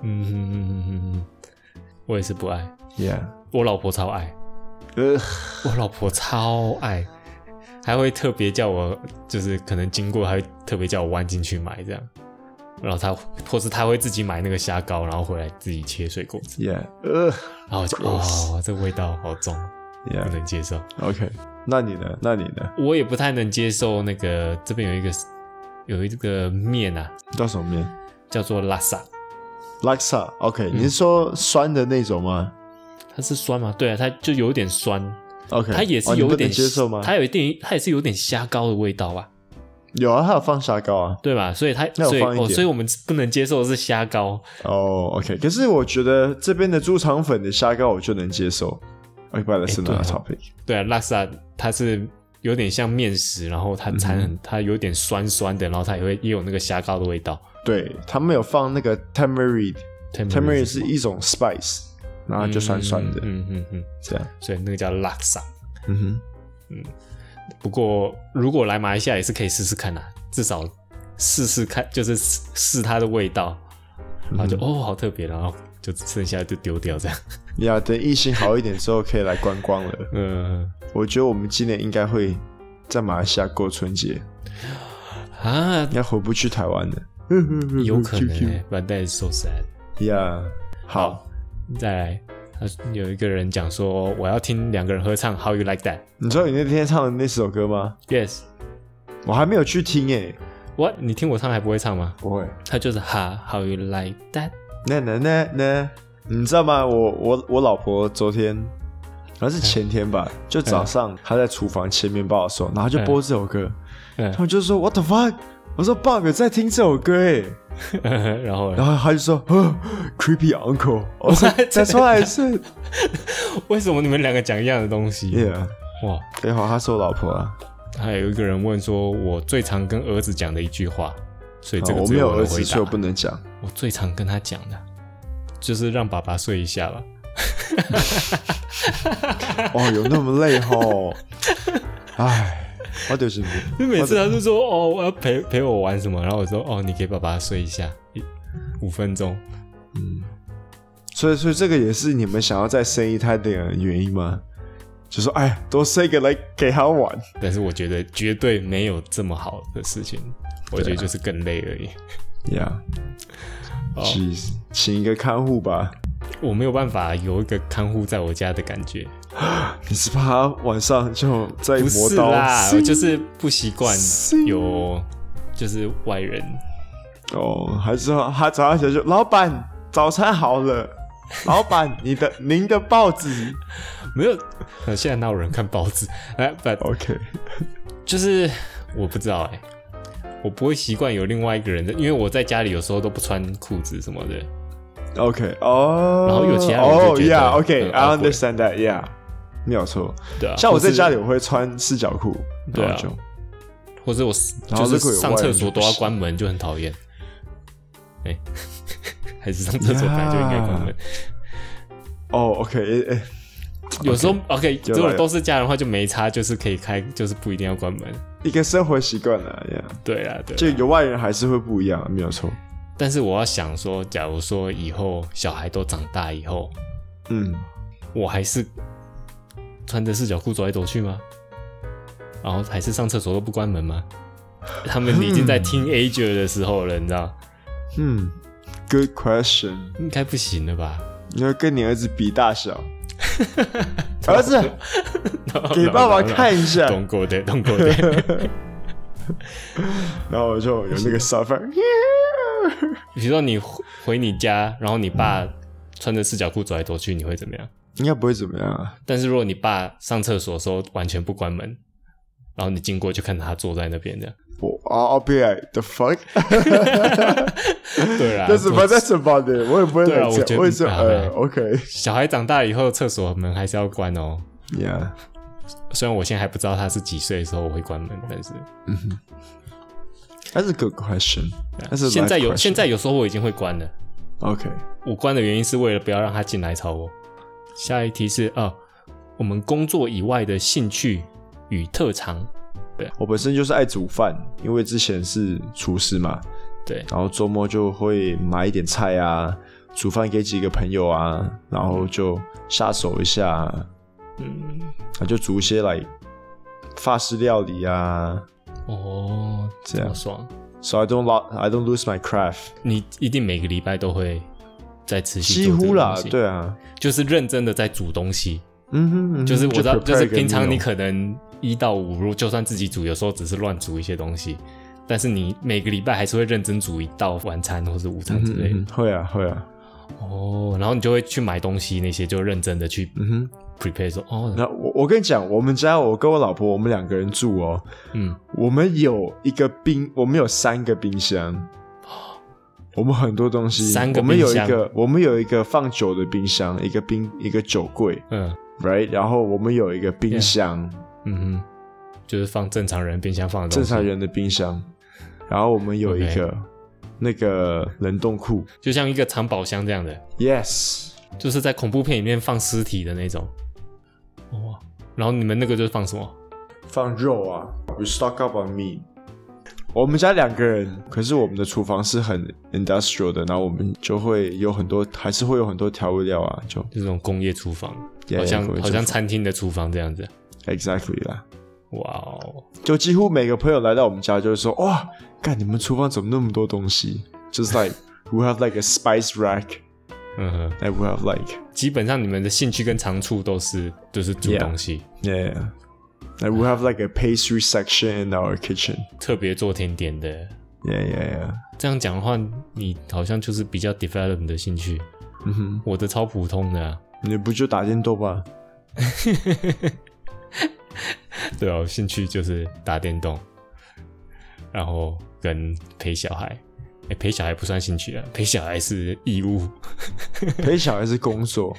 [SPEAKER 2] 嗯嗯嗯嗯嗯嗯，我也是不爱，
[SPEAKER 1] Yeah，
[SPEAKER 2] 我老婆超爱，
[SPEAKER 1] 呃，
[SPEAKER 2] 我老婆超爱，还会特别叫我，就是可能经过还会特别叫我弯进去买这样。然后他或是他会自己买那个虾膏，然后回来自己切水果吃，
[SPEAKER 1] Yeah，呃
[SPEAKER 2] 然后我就哦，这味道好重，不能接受。
[SPEAKER 1] ，Yeah，OK。那你呢？那你呢？
[SPEAKER 2] 我也不太能接受那个这边有一个有一个面啊，
[SPEAKER 1] 你叫什么面
[SPEAKER 2] 叫做拉萨，
[SPEAKER 1] ？Laksa，OK。你是
[SPEAKER 2] 嗯
[SPEAKER 1] 说酸的那种吗
[SPEAKER 2] 它是酸吗？对啊，它就有点酸，
[SPEAKER 1] ？OK。
[SPEAKER 2] 它也
[SPEAKER 1] 哦
[SPEAKER 2] 是
[SPEAKER 1] 你
[SPEAKER 2] 有
[SPEAKER 1] 不
[SPEAKER 2] 点、
[SPEAKER 1] 能接受吗？
[SPEAKER 2] 它有一点，它也是有点虾膏的味道吧，
[SPEAKER 1] 有啊，它有放虾膏啊。
[SPEAKER 2] 对吧？所以它
[SPEAKER 1] 那有
[SPEAKER 2] 所以
[SPEAKER 1] 放一
[SPEAKER 2] 哦，
[SPEAKER 1] 点
[SPEAKER 2] 所以我们不能接受的是虾膏，
[SPEAKER 1] 哦，OK。可是我觉得这边的猪肠粉的虾膏我就能接受。OK，不然是
[SPEAKER 2] 对啊
[SPEAKER 1] another topic。
[SPEAKER 2] 对啊，拉萨它是。有点像面食，然后它掺
[SPEAKER 1] 嗯
[SPEAKER 2] 很，它有点酸酸的，然后它也会也有那个虾膏的味道。
[SPEAKER 1] 对他们有放那个 tamarind，tamarind
[SPEAKER 2] Tamarind
[SPEAKER 1] 是一种 spice，然后就酸酸的
[SPEAKER 2] 嗯嗯嗯嗯嗯，
[SPEAKER 1] 这样。
[SPEAKER 2] 所以那个叫拉萨。
[SPEAKER 1] 嗯哼。
[SPEAKER 2] 不过如果来马来西亚也是可以试试看啊，至少试试看，就是试试它的味道，然后
[SPEAKER 1] 嗯
[SPEAKER 2] 就、哦好特别，然后就剩下就丢掉这样。
[SPEAKER 1] 呀，等疫情好一点之后可以来观光了。
[SPEAKER 2] 嗯
[SPEAKER 1] 我觉得我们今年应该会在马来西亚过春节，
[SPEAKER 2] 啊
[SPEAKER 1] 应，该回不去台湾的。 嗯
[SPEAKER 2] 有可能、欸，but that is so sad。
[SPEAKER 1] 呀，好，
[SPEAKER 2] 再来，他有一个人讲说我要听两个人合唱《How You Like That
[SPEAKER 1] 你知道你那天唱的那首歌吗？》。
[SPEAKER 2] Yes，
[SPEAKER 1] 我还没有去听欸诶、
[SPEAKER 2] 我你听我唱还不会唱吗？
[SPEAKER 1] 不会。
[SPEAKER 2] 他就是哈 How You Like That。
[SPEAKER 1] 那那那那，你知道吗？我我我老婆昨天，好像
[SPEAKER 2] 哎
[SPEAKER 1] 是前天吧，就早上她在厨房切面包的时候，然后
[SPEAKER 2] 哎
[SPEAKER 1] 就播这首歌，
[SPEAKER 2] 嗯
[SPEAKER 1] 他们就说 What the fuck？我说爸，有在听这首歌诶、
[SPEAKER 2] 哎然后呢
[SPEAKER 1] 然后他就说呵 Creepy Uncle，我说再说来一次
[SPEAKER 2] 为什么你们两个讲一样的东 西？
[SPEAKER 1] ，Yeah。
[SPEAKER 2] 哇！
[SPEAKER 1] 废话，她是我老婆啊，
[SPEAKER 2] 还有一个人问说，我最常跟儿子讲的一句话，所以哎这
[SPEAKER 1] 啊
[SPEAKER 2] 个
[SPEAKER 1] 我
[SPEAKER 2] 只
[SPEAKER 1] 没有
[SPEAKER 2] 我能
[SPEAKER 1] 儿
[SPEAKER 2] 回
[SPEAKER 1] 子，
[SPEAKER 2] 答。
[SPEAKER 1] 所以我不能讲。
[SPEAKER 2] 我最常跟他讲的，就是让爸爸睡一下 吧。
[SPEAKER 1] 哦，有那么累 吼？唉，我就是
[SPEAKER 2] 就每次他就说，哦，我要陪陪我玩什么，然后我说，哦，你给爸爸睡一下，一五分钟。
[SPEAKER 1] 所以所以这个也是你们想要再生一胎的原因吗？就说哎，多生一个来给他玩。
[SPEAKER 2] 但是我觉得绝对没有这么好的事情，我
[SPEAKER 1] 啊
[SPEAKER 2] 觉得就是更累而已。
[SPEAKER 1] 呀、
[SPEAKER 2] 哦
[SPEAKER 1] yeah.。Jeez，请一个看护吧。
[SPEAKER 2] 我没有办法有一个看护在我家的感觉，
[SPEAKER 1] 你是怕他晚上就在
[SPEAKER 2] 不
[SPEAKER 1] 磨
[SPEAKER 2] 是
[SPEAKER 1] 刀？
[SPEAKER 2] 啦，
[SPEAKER 1] 是
[SPEAKER 2] 我就是不习惯
[SPEAKER 1] 是
[SPEAKER 2] 有就是外人
[SPEAKER 1] 哦，还是说他早上起来就老板早餐好 了，老板你的您的报纸
[SPEAKER 2] 没有，呃现在哪有人看报纸？哎，不，
[SPEAKER 1] OK
[SPEAKER 2] 就是我不知道哎、我不会习惯有另外一个人的，因为我在家里有时候都不穿裤子什么的。
[SPEAKER 1] OK 哦，
[SPEAKER 2] 然后有其他人
[SPEAKER 1] 哦
[SPEAKER 2] 就觉得
[SPEAKER 1] ，Yeah
[SPEAKER 2] 很
[SPEAKER 1] OK，I
[SPEAKER 2] awkward
[SPEAKER 1] understand that Yeah，没有错。
[SPEAKER 2] 对啊，
[SPEAKER 1] 像我在家
[SPEAKER 2] 里，
[SPEAKER 1] 里，我会穿四角裤，
[SPEAKER 2] 对啊
[SPEAKER 1] 然后就
[SPEAKER 2] 或者我
[SPEAKER 1] 然后
[SPEAKER 2] 就
[SPEAKER 1] 如果
[SPEAKER 2] 是
[SPEAKER 1] 有
[SPEAKER 2] 上
[SPEAKER 1] 外
[SPEAKER 2] 厕
[SPEAKER 1] 人
[SPEAKER 2] 所
[SPEAKER 1] 就不
[SPEAKER 2] 都要
[SPEAKER 1] 行
[SPEAKER 2] 关门，就很讨厌。哎、 还是上厕所本来就应该关门。
[SPEAKER 1] 哦，OK，诶诶，
[SPEAKER 2] 有时候 OK，
[SPEAKER 1] 有
[SPEAKER 2] 如果
[SPEAKER 1] 啦有
[SPEAKER 2] 都是家人的话就没差，就是可以开，就是不一定要关门。
[SPEAKER 1] 一个生活习惯了，Yeah，
[SPEAKER 2] 对啦，对啦
[SPEAKER 1] 就有外人还是会不一样，没有错。
[SPEAKER 2] 但是我要想说，假如说以后小孩都长大以后，
[SPEAKER 1] 嗯，
[SPEAKER 2] 我还是穿着四角裤走来走去吗？然后还是上厕所都不关门 吗？他们已经在听 Ager 的时候了，你知道？
[SPEAKER 1] 嗯，Good question。
[SPEAKER 2] 应该不行了吧？
[SPEAKER 1] 你要跟你儿子比大 小，儿子给爸 爸看一下，
[SPEAKER 2] 通过的，通过的。
[SPEAKER 1] 然后我就有 那个 suffer。
[SPEAKER 2] 比如说你回回你家，然后你爸穿着四角裤走来走去，你会怎么样？
[SPEAKER 1] 应该不会怎么样啊。
[SPEAKER 2] 但是如果你爸上厕所的时候完全不关门，然后你经过就看他坐在那 边这样，
[SPEAKER 1] 我 I'll I'll be like the fuck，
[SPEAKER 2] 啊对啊啦，
[SPEAKER 1] 但是 but that's about it，我也不会
[SPEAKER 2] 对啊
[SPEAKER 1] 来
[SPEAKER 2] 我觉
[SPEAKER 1] 讲，
[SPEAKER 2] 得
[SPEAKER 1] 我也是
[SPEAKER 2] 嗯
[SPEAKER 1] 呃
[SPEAKER 2] 嗯
[SPEAKER 1] OK，Yeah，
[SPEAKER 2] 小孩长大以后，厕所门还是要关哦。虽然我现在还不知道他是几岁的时候我会关门，但是
[SPEAKER 1] 但是 good question，但是
[SPEAKER 2] 啊现在有现
[SPEAKER 1] 在
[SPEAKER 2] 在有时候我已经会关了。
[SPEAKER 1] OK，
[SPEAKER 2] 我关的原因是为了不要让他进来吵我。下一题是啊、哦我们工作以外的兴趣与特长。
[SPEAKER 1] 我本身就是爱煮饭，因为之前是厨师嘛，
[SPEAKER 2] 对，
[SPEAKER 1] 然后周末就会买一点菜啊，煮饭给几个朋友啊，然后就下手一下，
[SPEAKER 2] 嗯，
[SPEAKER 1] 那就煮一些来法式料理啊，
[SPEAKER 2] 哦，
[SPEAKER 1] 这样
[SPEAKER 2] 好爽。
[SPEAKER 1] so I don't lo- I don't lose my craft。
[SPEAKER 2] 你一定每个礼拜都会在持续
[SPEAKER 1] 几
[SPEAKER 2] 做这个
[SPEAKER 1] 乎啦
[SPEAKER 2] 东，西，
[SPEAKER 1] 对啊，
[SPEAKER 2] 就是认真的在煮东西。
[SPEAKER 1] 嗯哼，嗯哼
[SPEAKER 2] 就是我知道，
[SPEAKER 1] prepare
[SPEAKER 2] 就是
[SPEAKER 1] 一个
[SPEAKER 2] 平常你
[SPEAKER 1] meal
[SPEAKER 2] 可能一到五，如果就算自己煮，有时候只是乱煮一些东西，但是你每个礼拜还是会认真煮一道晚餐或者午餐之类的。
[SPEAKER 1] 嗯哼会啊会啊，
[SPEAKER 2] 哦，然后你就会去买东西那些，就认真的去
[SPEAKER 1] 嗯哼。
[SPEAKER 2] prepare 说，哦，
[SPEAKER 1] 那我我跟你讲，我们家我跟我老婆我们两个人住哦，
[SPEAKER 2] 嗯，
[SPEAKER 1] 我们有一个冰，我们有三个冰箱，我们很多东西，
[SPEAKER 2] 三个
[SPEAKER 1] 我们
[SPEAKER 2] 冰
[SPEAKER 1] 有一
[SPEAKER 2] 箱
[SPEAKER 1] 个我们有一个放酒的冰箱，一个冰一个酒柜
[SPEAKER 2] 嗯
[SPEAKER 1] ，right，然后我们有一个冰
[SPEAKER 2] Yeah
[SPEAKER 1] 箱
[SPEAKER 2] 嗯哼，就是放正常人冰箱放的东
[SPEAKER 1] 正
[SPEAKER 2] 西，
[SPEAKER 1] 常人的冰箱，然后我们有一个那个冷冻库
[SPEAKER 2] 就像一个藏宝箱这样的，
[SPEAKER 1] ，yes，
[SPEAKER 2] 就是在恐怖片里面放尸体的那种。哇，然后你们那个就是放什么？
[SPEAKER 1] 放肉啊，we stock up on meat。我们家两个人，可是我们的厨房是很 industrial 的，然后我们就会有很多，还是会有很多调味料啊，就
[SPEAKER 2] 就是那种工业厨房
[SPEAKER 1] Yeah, yeah，
[SPEAKER 2] 好
[SPEAKER 1] 工
[SPEAKER 2] 像
[SPEAKER 1] 业厨
[SPEAKER 2] 好像餐厅的厨房这样子。
[SPEAKER 1] exactly 啦。
[SPEAKER 2] 哇哦，
[SPEAKER 1] 就几乎每个朋友来到我们家，就会说：“哇，干你们厨房怎么那么多东西？” Just like we have like a spice rack,
[SPEAKER 2] 嗯哼，
[SPEAKER 1] and we have like
[SPEAKER 2] 基本上你们的兴趣跟长处都是就是煮
[SPEAKER 1] Yeah
[SPEAKER 2] 东西
[SPEAKER 1] yeah, and we have like a pastry section in our kitchen.
[SPEAKER 2] 特别做甜点的。
[SPEAKER 1] Yeah, yeah, yeah.
[SPEAKER 2] 这样讲的话，你好像就是比较 develop 你的兴趣，
[SPEAKER 1] 嗯哼，
[SPEAKER 2] 我的超普通的、啊。
[SPEAKER 1] 你不就打电动吧？
[SPEAKER 2] 对啊，我兴趣就是打电动，然后跟陪小孩。哎、陪小孩不算兴趣啊，陪小孩是义务。
[SPEAKER 1] 陪小孩是工作。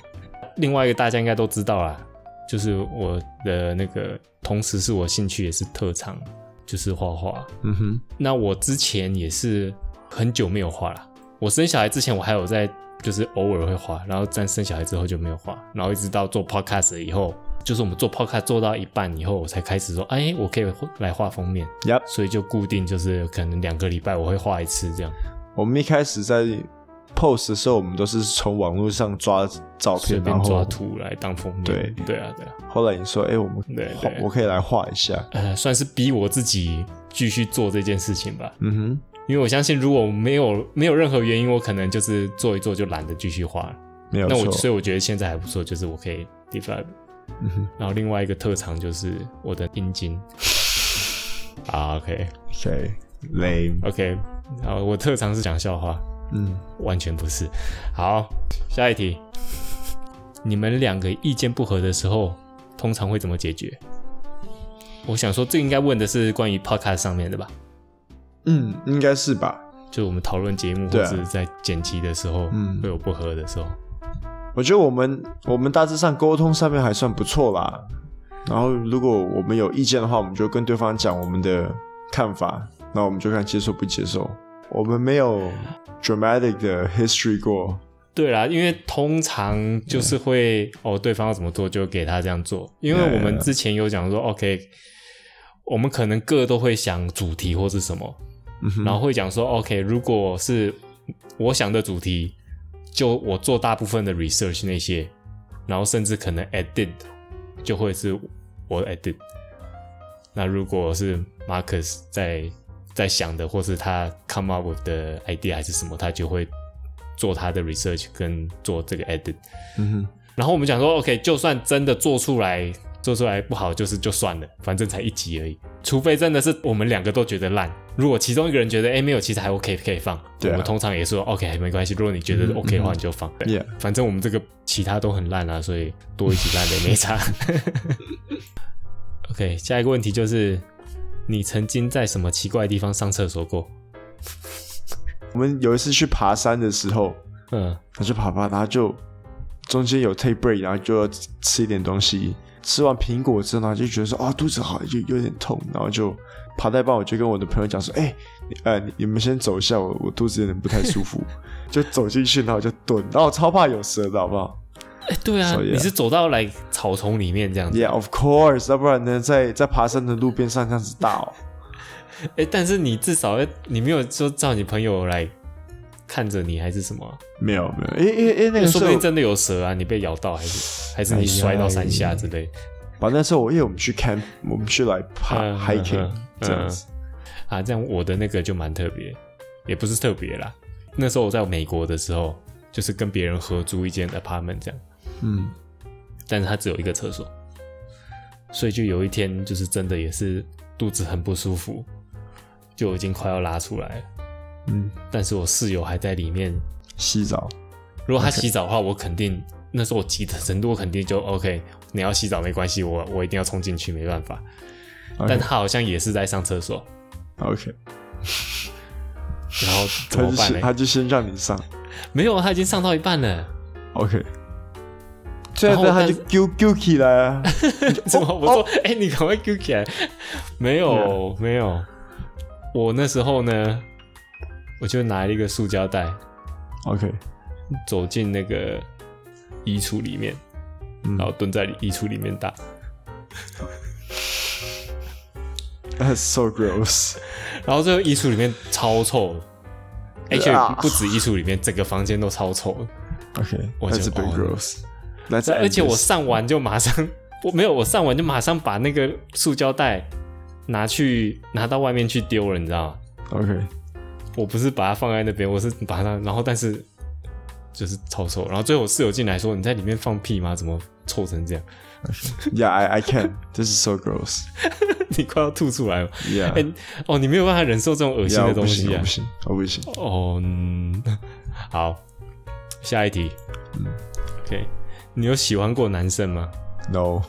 [SPEAKER 2] 另外一个大家应该都知道啦，就是我的那个，同时是我兴趣也是特长，就是画画。
[SPEAKER 1] 嗯哼，
[SPEAKER 2] 那我之前也是很久没有画了。我生小孩之前，我还有在就是偶尔会画，然后但生小孩之后就没有画，然后一直到做 podcast 以后，就是我们做 podcast 做到一半以后，我才开始说，哎，我可以来画封面，
[SPEAKER 1] Yep，
[SPEAKER 2] 所以就固定就是可能两个礼拜我会画一次这样，
[SPEAKER 1] 我们一开始在 post 的时候，我们都是从网络上抓照
[SPEAKER 2] 随
[SPEAKER 1] 片，
[SPEAKER 2] 便
[SPEAKER 1] 然
[SPEAKER 2] 抓
[SPEAKER 1] 后
[SPEAKER 2] 图来当封面。
[SPEAKER 1] 对
[SPEAKER 2] 对啊，对啊，
[SPEAKER 1] 后来你说：“哎、我们
[SPEAKER 2] 对
[SPEAKER 1] 画
[SPEAKER 2] 对
[SPEAKER 1] 我可以来画一下。
[SPEAKER 2] 呃，算是逼我自己继续做这件事情吧”，
[SPEAKER 1] 嗯哼。
[SPEAKER 2] 因为我相信如果没有没有任何原因，我可能就是做一做就懒得继续画了。
[SPEAKER 1] 没有
[SPEAKER 2] 那我
[SPEAKER 1] 错，
[SPEAKER 2] 所以我觉得现在还不错，就是我可以 develop。
[SPEAKER 1] 嗯哼
[SPEAKER 2] 然后另外一个特长就是我的阴茎。 啊，OK
[SPEAKER 1] ，OK，lame，
[SPEAKER 2] OK，然后我特长是讲笑话，
[SPEAKER 1] 嗯，
[SPEAKER 2] 完全不是。好，下一题，你们两个意见不合的时候，通常会怎么解决？我想说，这应该问的是关于 podcast 上面的吧？
[SPEAKER 1] 嗯，应该是吧。
[SPEAKER 2] 就我们讨论节目或
[SPEAKER 1] 对
[SPEAKER 2] 者
[SPEAKER 1] 啊
[SPEAKER 2] 是在剪辑的时候，
[SPEAKER 1] 嗯
[SPEAKER 2] 会有不合的时候。
[SPEAKER 1] 我觉得我们我们大致上沟通上面还算不错啦。然后如果我们有意见的话，我们就跟对方讲我们的看法，那我们就看接受不接受。我们没有 dramatic 的 history 过，
[SPEAKER 2] 对啦，因为通常就是会、
[SPEAKER 1] 嗯
[SPEAKER 2] 哦，对方要怎么做就给他这样做，因为我们之前有讲说，OK，我们可能各都会想主题或是什么，
[SPEAKER 1] 嗯哼
[SPEAKER 2] 然后会讲说，OK，如果是我想的主题，就我做大部分的 research 那些，然后甚至可能 edit 就会是我 edit。那如果是 Marcus 在在想的，或是他 come up with 的 idea 还是什么，他就会做他的 research 跟做这个 edit。
[SPEAKER 1] 嗯哼，
[SPEAKER 2] 然后我们讲说，OK，就算真的做出来，做出来不好，就是就算了，反正才一集而已。除非真的是我们两个都觉得烂，如果其中一个人觉得，哎，没有，其实还 OK 可以放，
[SPEAKER 1] 对啊
[SPEAKER 2] 我们通常也说 OK 没关系。如果你觉
[SPEAKER 1] 嗯
[SPEAKER 2] 得
[SPEAKER 1] 嗯
[SPEAKER 2] OK 的话，
[SPEAKER 1] 嗯
[SPEAKER 2] 你就放。对
[SPEAKER 1] Yeah
[SPEAKER 2] 反正我们这个其他都很烂啊，所以多一集烂 的也没差。OK，下一个问题就是，你曾经在什么奇怪的地方上厕所过？
[SPEAKER 1] 我们有一次去爬山的时候，
[SPEAKER 2] 嗯，
[SPEAKER 1] 他去爬爬，然后就中间有 take break，然后就要吃一点东西。吃完苹果之后，然后就觉得说啊、肚子好有有点痛，然后就爬到一半，我就跟我的朋友讲说，哎、你呃你你们先走一下，我我肚子有点不太舒 服，就走进去，然后就蹲，然后我超怕有蛇的好不好
[SPEAKER 2] 哎，对啊
[SPEAKER 1] So, yeah
[SPEAKER 2] 你是走到来草丛里面这样子。
[SPEAKER 1] ？Yeah, of course，要不然呢，在在爬山的路边上这样子大 哦，
[SPEAKER 2] 哎、但是你至少你没有说叫你朋友来看着你还是什么啊、哎
[SPEAKER 1] 没有没有，因为因为因为那个时
[SPEAKER 2] 说不
[SPEAKER 1] 候
[SPEAKER 2] 定真的有蛇啊，你被咬到还是还是你摔到山下之类。
[SPEAKER 1] 反正那时候我因为我们去 camp，我们去来爬
[SPEAKER 2] 嗯嗯
[SPEAKER 1] hiking、
[SPEAKER 2] 嗯
[SPEAKER 1] 这样子，
[SPEAKER 2] 啊，这样我的那个就蛮特别，也不是特别啦。那时候我在美国的时候，就是跟别人合租一间 apartment 这样，
[SPEAKER 1] 嗯，
[SPEAKER 2] 但是它只有一个厕所，所以就有一天就是真的也是肚子很不舒服，就已经快要拉出来了。
[SPEAKER 1] 嗯，
[SPEAKER 2] 但是我室友还在里面，
[SPEAKER 1] 洗澡，
[SPEAKER 2] 如果他洗澡的话，我肯定那时候我急的程度，我肯定就 OK。你要洗澡没关系，我我一定要冲进去，没办法。
[SPEAKER 1] 哎
[SPEAKER 2] 但他好像也是在上厕所，
[SPEAKER 1] OK，
[SPEAKER 2] 然后怎
[SPEAKER 1] 他
[SPEAKER 2] 么
[SPEAKER 1] 就
[SPEAKER 2] 办
[SPEAKER 1] 先他哦
[SPEAKER 2] 呢？
[SPEAKER 1] 就先让你上
[SPEAKER 2] 没有，啊他已经上到一半了。
[SPEAKER 1] ，OK。这样
[SPEAKER 2] 然
[SPEAKER 1] 子他
[SPEAKER 2] 后但
[SPEAKER 1] 就是揪揪起来啊！
[SPEAKER 2] 怎么？我说，
[SPEAKER 1] 哦
[SPEAKER 2] 哎、你赶快 Q 起来。没有，没有。我那时候呢，我就拿了一个塑胶袋
[SPEAKER 1] OK，
[SPEAKER 2] 走进那个衣橱里面，
[SPEAKER 1] 嗯
[SPEAKER 2] 然后蹲在衣橱里面打。
[SPEAKER 1] That's so gross。
[SPEAKER 2] 然后最后衣橱里面超臭的，而且
[SPEAKER 1] 啊
[SPEAKER 2] 不止衣橱里面，整个房间都超臭的。
[SPEAKER 1] OK，
[SPEAKER 2] 我
[SPEAKER 1] that's a
[SPEAKER 2] 就
[SPEAKER 1] big
[SPEAKER 2] 哦
[SPEAKER 1] gross。That's
[SPEAKER 2] 而且我
[SPEAKER 1] endless
[SPEAKER 2] 上完就马上， 我没有，我上完就马上把那个塑胶袋拿去拿到外面去丢了，你知道吗？
[SPEAKER 1] OK，
[SPEAKER 2] 我不是把它放在那边，我是把它，然后但是就是超臭。然后最后我室友进来说：“你在里面放屁吗？怎么臭成这样？
[SPEAKER 1] Yeah, I I can. This is so gross.
[SPEAKER 2] 你快要吐出来了！”
[SPEAKER 1] Yeah.
[SPEAKER 2] 哎、哦，你没有办法忍受这种恶心
[SPEAKER 1] yeah,
[SPEAKER 2] 的
[SPEAKER 1] 我
[SPEAKER 2] 东
[SPEAKER 1] 不
[SPEAKER 2] 西
[SPEAKER 1] 行，我
[SPEAKER 2] 啊
[SPEAKER 1] 不！行，我不行。
[SPEAKER 2] 哦，嗯，好，下一题。OK，你有喜欢过男生吗？
[SPEAKER 1] No,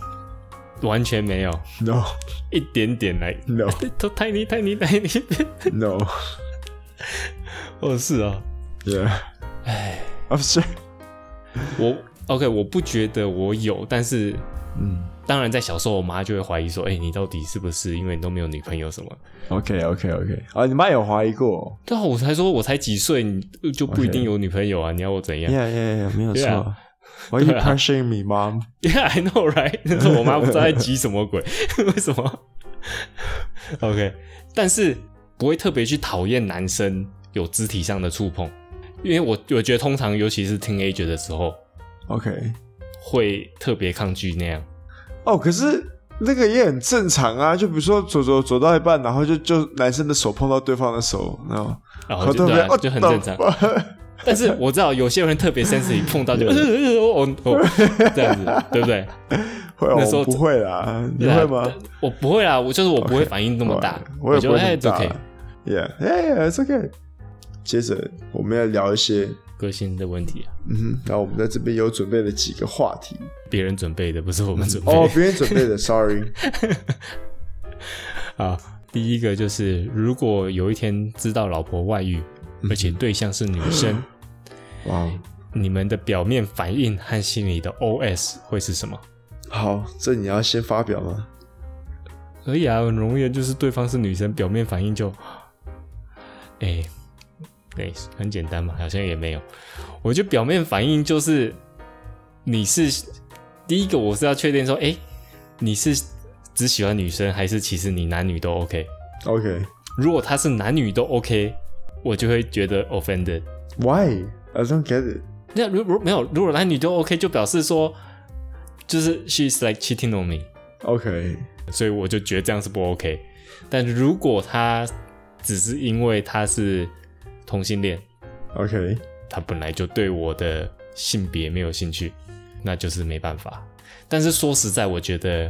[SPEAKER 2] 完全没有，
[SPEAKER 1] no,
[SPEAKER 2] 一点点来，
[SPEAKER 1] no,
[SPEAKER 2] 都太腻太腻太腻。
[SPEAKER 1] no.
[SPEAKER 2] 哦，是啊，
[SPEAKER 1] Yeah.
[SPEAKER 2] 哎，
[SPEAKER 1] I'm sorry.
[SPEAKER 2] 我 OK，我不觉得我有，但是
[SPEAKER 1] 嗯
[SPEAKER 2] 当然在小时候，我妈就会怀疑说，哎、你到底是不是因为你都没有女朋友什么？
[SPEAKER 1] ，OK, OK, OK. 啊，你妈有怀疑过
[SPEAKER 2] 对啊，我才说我才几岁，你就不一定有女朋友啊，你要我怎样
[SPEAKER 1] ？Yeah, yeah, yeah，没有错
[SPEAKER 2] Yeah.。
[SPEAKER 1] Why are you
[SPEAKER 2] 对啊
[SPEAKER 1] pressuring me, mom?
[SPEAKER 2] yeah,？I know, right？那时候我妈不知道在急什么鬼， 为什么？OK，但是不会特别去讨厌男生有肢体上的触碰，因为我我觉得通常尤其是 teenager 的时候
[SPEAKER 1] OK.
[SPEAKER 2] 会特别抗拒那样。
[SPEAKER 1] 哦，可是那个也很正常啊。就比如说走走走到一半，然后就就男生的手碰到对方的手，然后
[SPEAKER 2] 然
[SPEAKER 1] 好
[SPEAKER 2] 后就
[SPEAKER 1] 特
[SPEAKER 2] 对
[SPEAKER 1] 别
[SPEAKER 2] 啊，
[SPEAKER 1] 哦，
[SPEAKER 2] 就很正常。但是我知道有些人特别 sensitive，碰到就呃呃呃哦哦这样子，对不对？
[SPEAKER 1] 会哦，
[SPEAKER 2] 那时候
[SPEAKER 1] 我不会啦，你
[SPEAKER 2] 对啊
[SPEAKER 1] 会吗？？
[SPEAKER 2] 我不会啊啦，我就是我不会反应那么大，
[SPEAKER 1] 我也
[SPEAKER 2] 觉
[SPEAKER 1] 不
[SPEAKER 2] 得
[SPEAKER 1] 会
[SPEAKER 2] 哎
[SPEAKER 1] 很
[SPEAKER 2] 都
[SPEAKER 1] 大啊
[SPEAKER 2] 可以。
[SPEAKER 1] Yeah, yeah, yeah, it's okay. 接着我们要聊一些，
[SPEAKER 2] 个性的问题啊，
[SPEAKER 1] 嗯哼，然后我们在这边有准备了几个话题
[SPEAKER 2] 别人准备的不是我们准备
[SPEAKER 1] 哦，
[SPEAKER 2] 的。
[SPEAKER 1] 别人准备的 ，sorry，
[SPEAKER 2] 啊，第一个就是如果有一天知道老婆外遇，而且对象是女生，
[SPEAKER 1] 哇哦，
[SPEAKER 2] 你们的表面反应和心里的 OS 会是什么？
[SPEAKER 1] 好，这你要先发表吗？
[SPEAKER 2] 可以啊，很容易的就是对方是女生，表面反应就，啊哎、对，很简单嘛，好像也没有。我觉得表面反应就是，你是第一个，我是要确定说，哎、你是只喜欢女生，还是其实你男女都 OK？
[SPEAKER 1] OK.
[SPEAKER 2] 如果他是男女都 OK，我就会觉得 offended。
[SPEAKER 1] Why? I don't get it.
[SPEAKER 2] 那如如没有，如果男女都 OK，就表示说，就是 she's like cheating on me。
[SPEAKER 1] OK.
[SPEAKER 2] 所以我就觉得这样是不 OK。但如果他只是因为他是同性恋，
[SPEAKER 1] OK.
[SPEAKER 2] 他本来就对我的性别没有兴趣，那就是没办法。但是说实在，我觉得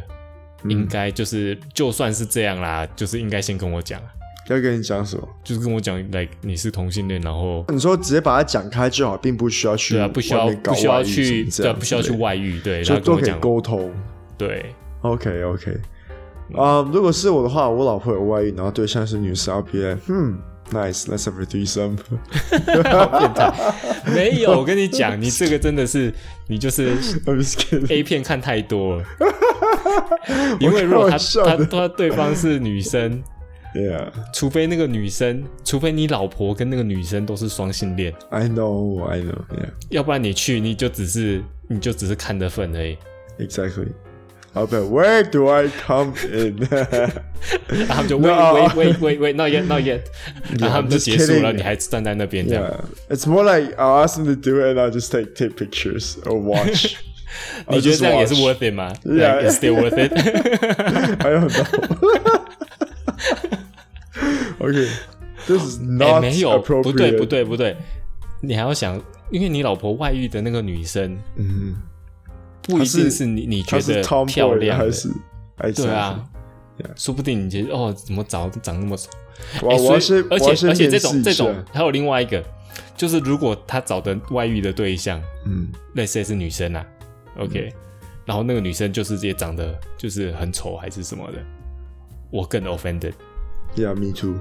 [SPEAKER 1] 嗯
[SPEAKER 2] 应该就是、就算是这样啦，就是应该先跟我讲，
[SPEAKER 1] 要跟你讲什么？
[SPEAKER 2] 就是跟我讲，like 你是同性恋，然后
[SPEAKER 1] 你说直接把它讲开就好，并不需要去
[SPEAKER 2] 对啊，不需要
[SPEAKER 1] 嗯外面搞
[SPEAKER 2] 不需要
[SPEAKER 1] 外遇什么
[SPEAKER 2] 去
[SPEAKER 1] 这
[SPEAKER 2] 对啊，
[SPEAKER 1] 样
[SPEAKER 2] 不需要去
[SPEAKER 1] 之类的
[SPEAKER 2] 外遇，对，然
[SPEAKER 1] 就
[SPEAKER 2] 后跟
[SPEAKER 1] 都
[SPEAKER 2] 我
[SPEAKER 1] 可以
[SPEAKER 2] 讲，
[SPEAKER 1] 沟通。
[SPEAKER 2] 对，
[SPEAKER 1] OK OK，啊、如果是我的话，我老婆有外遇，然后对象是女生，I'll be like，嗯，nice，let's have a threesome。
[SPEAKER 2] 没有，我跟你讲，你这个真的是你就是
[SPEAKER 1] I'm just kidding。
[SPEAKER 2] A 片看太 多了，因为如果
[SPEAKER 1] 我开
[SPEAKER 2] 他
[SPEAKER 1] 玩笑
[SPEAKER 2] 他
[SPEAKER 1] 的
[SPEAKER 2] 他对方是女生，
[SPEAKER 1] Yeah，I
[SPEAKER 2] 除非那个女生，除非你老婆跟那个女生都是双性恋，
[SPEAKER 1] know，I know。Yeah，exactly。
[SPEAKER 2] 要不然你去你就只是你就只是看的份而已。
[SPEAKER 1] I'll be like, where do I come in？
[SPEAKER 2] 然后他们就
[SPEAKER 1] No.
[SPEAKER 2] wait wait wait wait wait not yet not yet，然后他们就
[SPEAKER 1] 啊 just
[SPEAKER 2] 结束
[SPEAKER 1] kidding.
[SPEAKER 2] 了，你还站在那边这样，
[SPEAKER 1] yeah, it's more like I'll ask them to do it and I'll just take take pictures or watch.
[SPEAKER 2] 你觉得这样也是
[SPEAKER 1] I'll just watch.
[SPEAKER 2] worth it 吗
[SPEAKER 1] Yeah.
[SPEAKER 2] Like, it's still worth it 。
[SPEAKER 1] I don't know. OK, this is
[SPEAKER 2] 哎、
[SPEAKER 1] not
[SPEAKER 2] 没有，
[SPEAKER 1] appropriate.
[SPEAKER 2] 不对，不，对，不对，你还要想，因为你老婆外遇的那个女生，
[SPEAKER 1] 嗯，
[SPEAKER 2] 不一
[SPEAKER 1] 她是
[SPEAKER 2] 定是你你觉
[SPEAKER 1] 他是
[SPEAKER 2] 得
[SPEAKER 1] Tom
[SPEAKER 2] 漂
[SPEAKER 1] Boy
[SPEAKER 2] 亮的
[SPEAKER 1] 还，是？还是
[SPEAKER 2] 对啊，说不定你觉得哦，怎么长长那么丑？
[SPEAKER 1] 我
[SPEAKER 2] 哎
[SPEAKER 1] 我要
[SPEAKER 2] 所以
[SPEAKER 1] 先，
[SPEAKER 2] 而
[SPEAKER 1] 我要
[SPEAKER 2] 且
[SPEAKER 1] 先
[SPEAKER 2] 而且
[SPEAKER 1] 面
[SPEAKER 2] 这
[SPEAKER 1] 试
[SPEAKER 2] 种
[SPEAKER 1] 一
[SPEAKER 2] 这
[SPEAKER 1] 下
[SPEAKER 2] 种还有另外一个，就是如果他找的外遇的对象
[SPEAKER 1] 嗯，
[SPEAKER 2] 类似是女生啊，OK，、然后那个女生就是也长得就是很丑还是什么的，我更 offended。
[SPEAKER 1] Yeah, me too.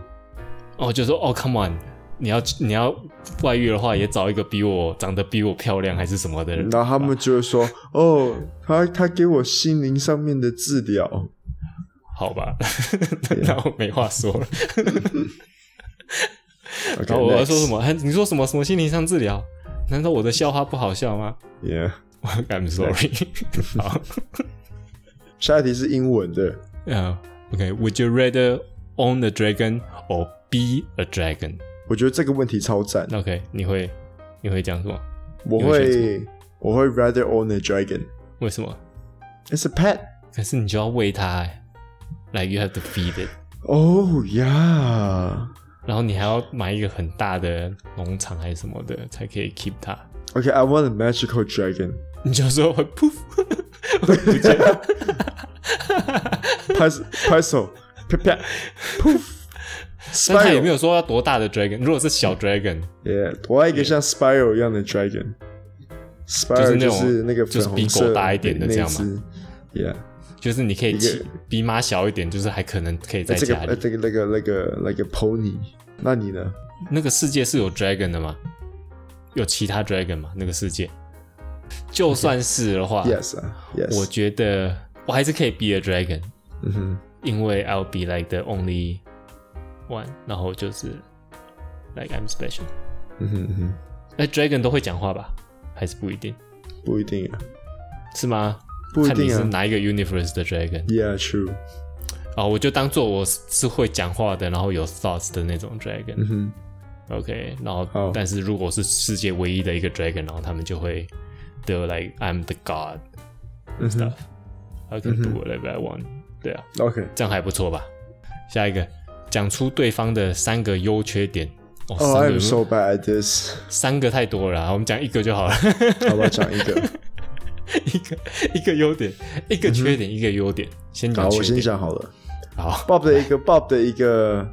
[SPEAKER 2] 哦，就说哦，come on，你要你要外遇的话，也找一个比我长得比我漂亮还是什么的人。
[SPEAKER 1] 然后他们就会说：“哦，他他给我心灵上面的治疗。
[SPEAKER 2] 好吧， 那我没话说了。”
[SPEAKER 1] o k
[SPEAKER 2] 然后我要说什么？还你说什么什么心灵上治疗？难道我的笑话不好笑吗
[SPEAKER 1] ？Yeah，
[SPEAKER 2] ？I'm sorry。好，
[SPEAKER 1] 下一题是英文的。
[SPEAKER 2] 嗯、o k w o u l d you rather own a dragon or be a dragon？
[SPEAKER 1] 我觉得这个问题超赞。
[SPEAKER 2] 那 OK，你会你会讲什么？
[SPEAKER 1] 我
[SPEAKER 2] 你选
[SPEAKER 1] 会我会 rather own a dragon.
[SPEAKER 2] 为什么？
[SPEAKER 1] It's a pet.
[SPEAKER 2] 可是你就要喂它、欸，like you have to feed it。
[SPEAKER 1] Oh yeah.
[SPEAKER 2] 然后你还要买一个很大的农场还是什么的，才可以 keep 它。
[SPEAKER 1] Okay, I want a magical dragon.
[SPEAKER 2] 你就说 会
[SPEAKER 1] 哎
[SPEAKER 2] poof，会不见了
[SPEAKER 1] Puzzle, puzzle,啪啪，poof.
[SPEAKER 2] 但他也没
[SPEAKER 1] Spiral.
[SPEAKER 2] 有说要多大的 dragon，如果是小 dragon，
[SPEAKER 1] Yeah，我要一个像 spiral 一样的 dragon。
[SPEAKER 2] 就是
[SPEAKER 1] Spiral
[SPEAKER 2] 那种
[SPEAKER 1] 是那个
[SPEAKER 2] 就是
[SPEAKER 1] 粉
[SPEAKER 2] 比
[SPEAKER 1] 红
[SPEAKER 2] 狗
[SPEAKER 1] 色
[SPEAKER 2] 大一点的
[SPEAKER 1] 那
[SPEAKER 2] 这样嘛
[SPEAKER 1] 只。Yeah，
[SPEAKER 2] 就是你可以
[SPEAKER 1] 一
[SPEAKER 2] 骑
[SPEAKER 1] 个
[SPEAKER 2] 比马小一点，就是还可能可以在
[SPEAKER 1] 这个
[SPEAKER 2] 家
[SPEAKER 1] 呃
[SPEAKER 2] 里。
[SPEAKER 1] 这个那个那个那个 pony，那你呢？
[SPEAKER 2] 那个世界是有 dragon 的吗？有其他 dragon 吗？那个世界，就算是的话
[SPEAKER 1] Yes 啊，Yes，
[SPEAKER 2] 我觉得我还是可以 be a dragon，
[SPEAKER 1] 嗯哼
[SPEAKER 2] 因为 I'll be like the only one，然后就是 like I'm special。
[SPEAKER 1] 嗯哼嗯哼，
[SPEAKER 2] 哎，Dragon 都会讲话吧？还是不一定？
[SPEAKER 1] 不一定啊
[SPEAKER 2] 是吗？
[SPEAKER 1] 不一定啊
[SPEAKER 2] 看你是哪一个 universe 的 Dragon
[SPEAKER 1] ，Yeah，true，
[SPEAKER 2] 哦，我就当做我是会讲话的，然后有 thoughts 的那种 Dragon、
[SPEAKER 1] 嗯哼
[SPEAKER 2] OK，然后、
[SPEAKER 1] 好
[SPEAKER 2] 但是如果是世界唯一的一个 Dragon，然后他们就会 they're like I'm the god
[SPEAKER 1] 嗯哼
[SPEAKER 2] I can
[SPEAKER 1] Mm-hmm.
[SPEAKER 2] do whatever I want、对啊，
[SPEAKER 1] ，OK，
[SPEAKER 2] 这样还不错吧？下一个，讲出对方的三个优缺点。哦，
[SPEAKER 1] Oh,
[SPEAKER 2] 三个
[SPEAKER 1] I'm so bad at this 。
[SPEAKER 2] 三个太多了啊，我们讲一个就 好了。
[SPEAKER 1] 好吧，讲 一个。
[SPEAKER 2] 一个一个优点，一个缺点，一个优点。先
[SPEAKER 1] Mm-hmm. 好，
[SPEAKER 2] 讲
[SPEAKER 1] 我
[SPEAKER 2] 缺
[SPEAKER 1] 先
[SPEAKER 2] 点。
[SPEAKER 1] 讲好了。
[SPEAKER 2] 好，
[SPEAKER 1] Bob 的一个 Bob 的一个，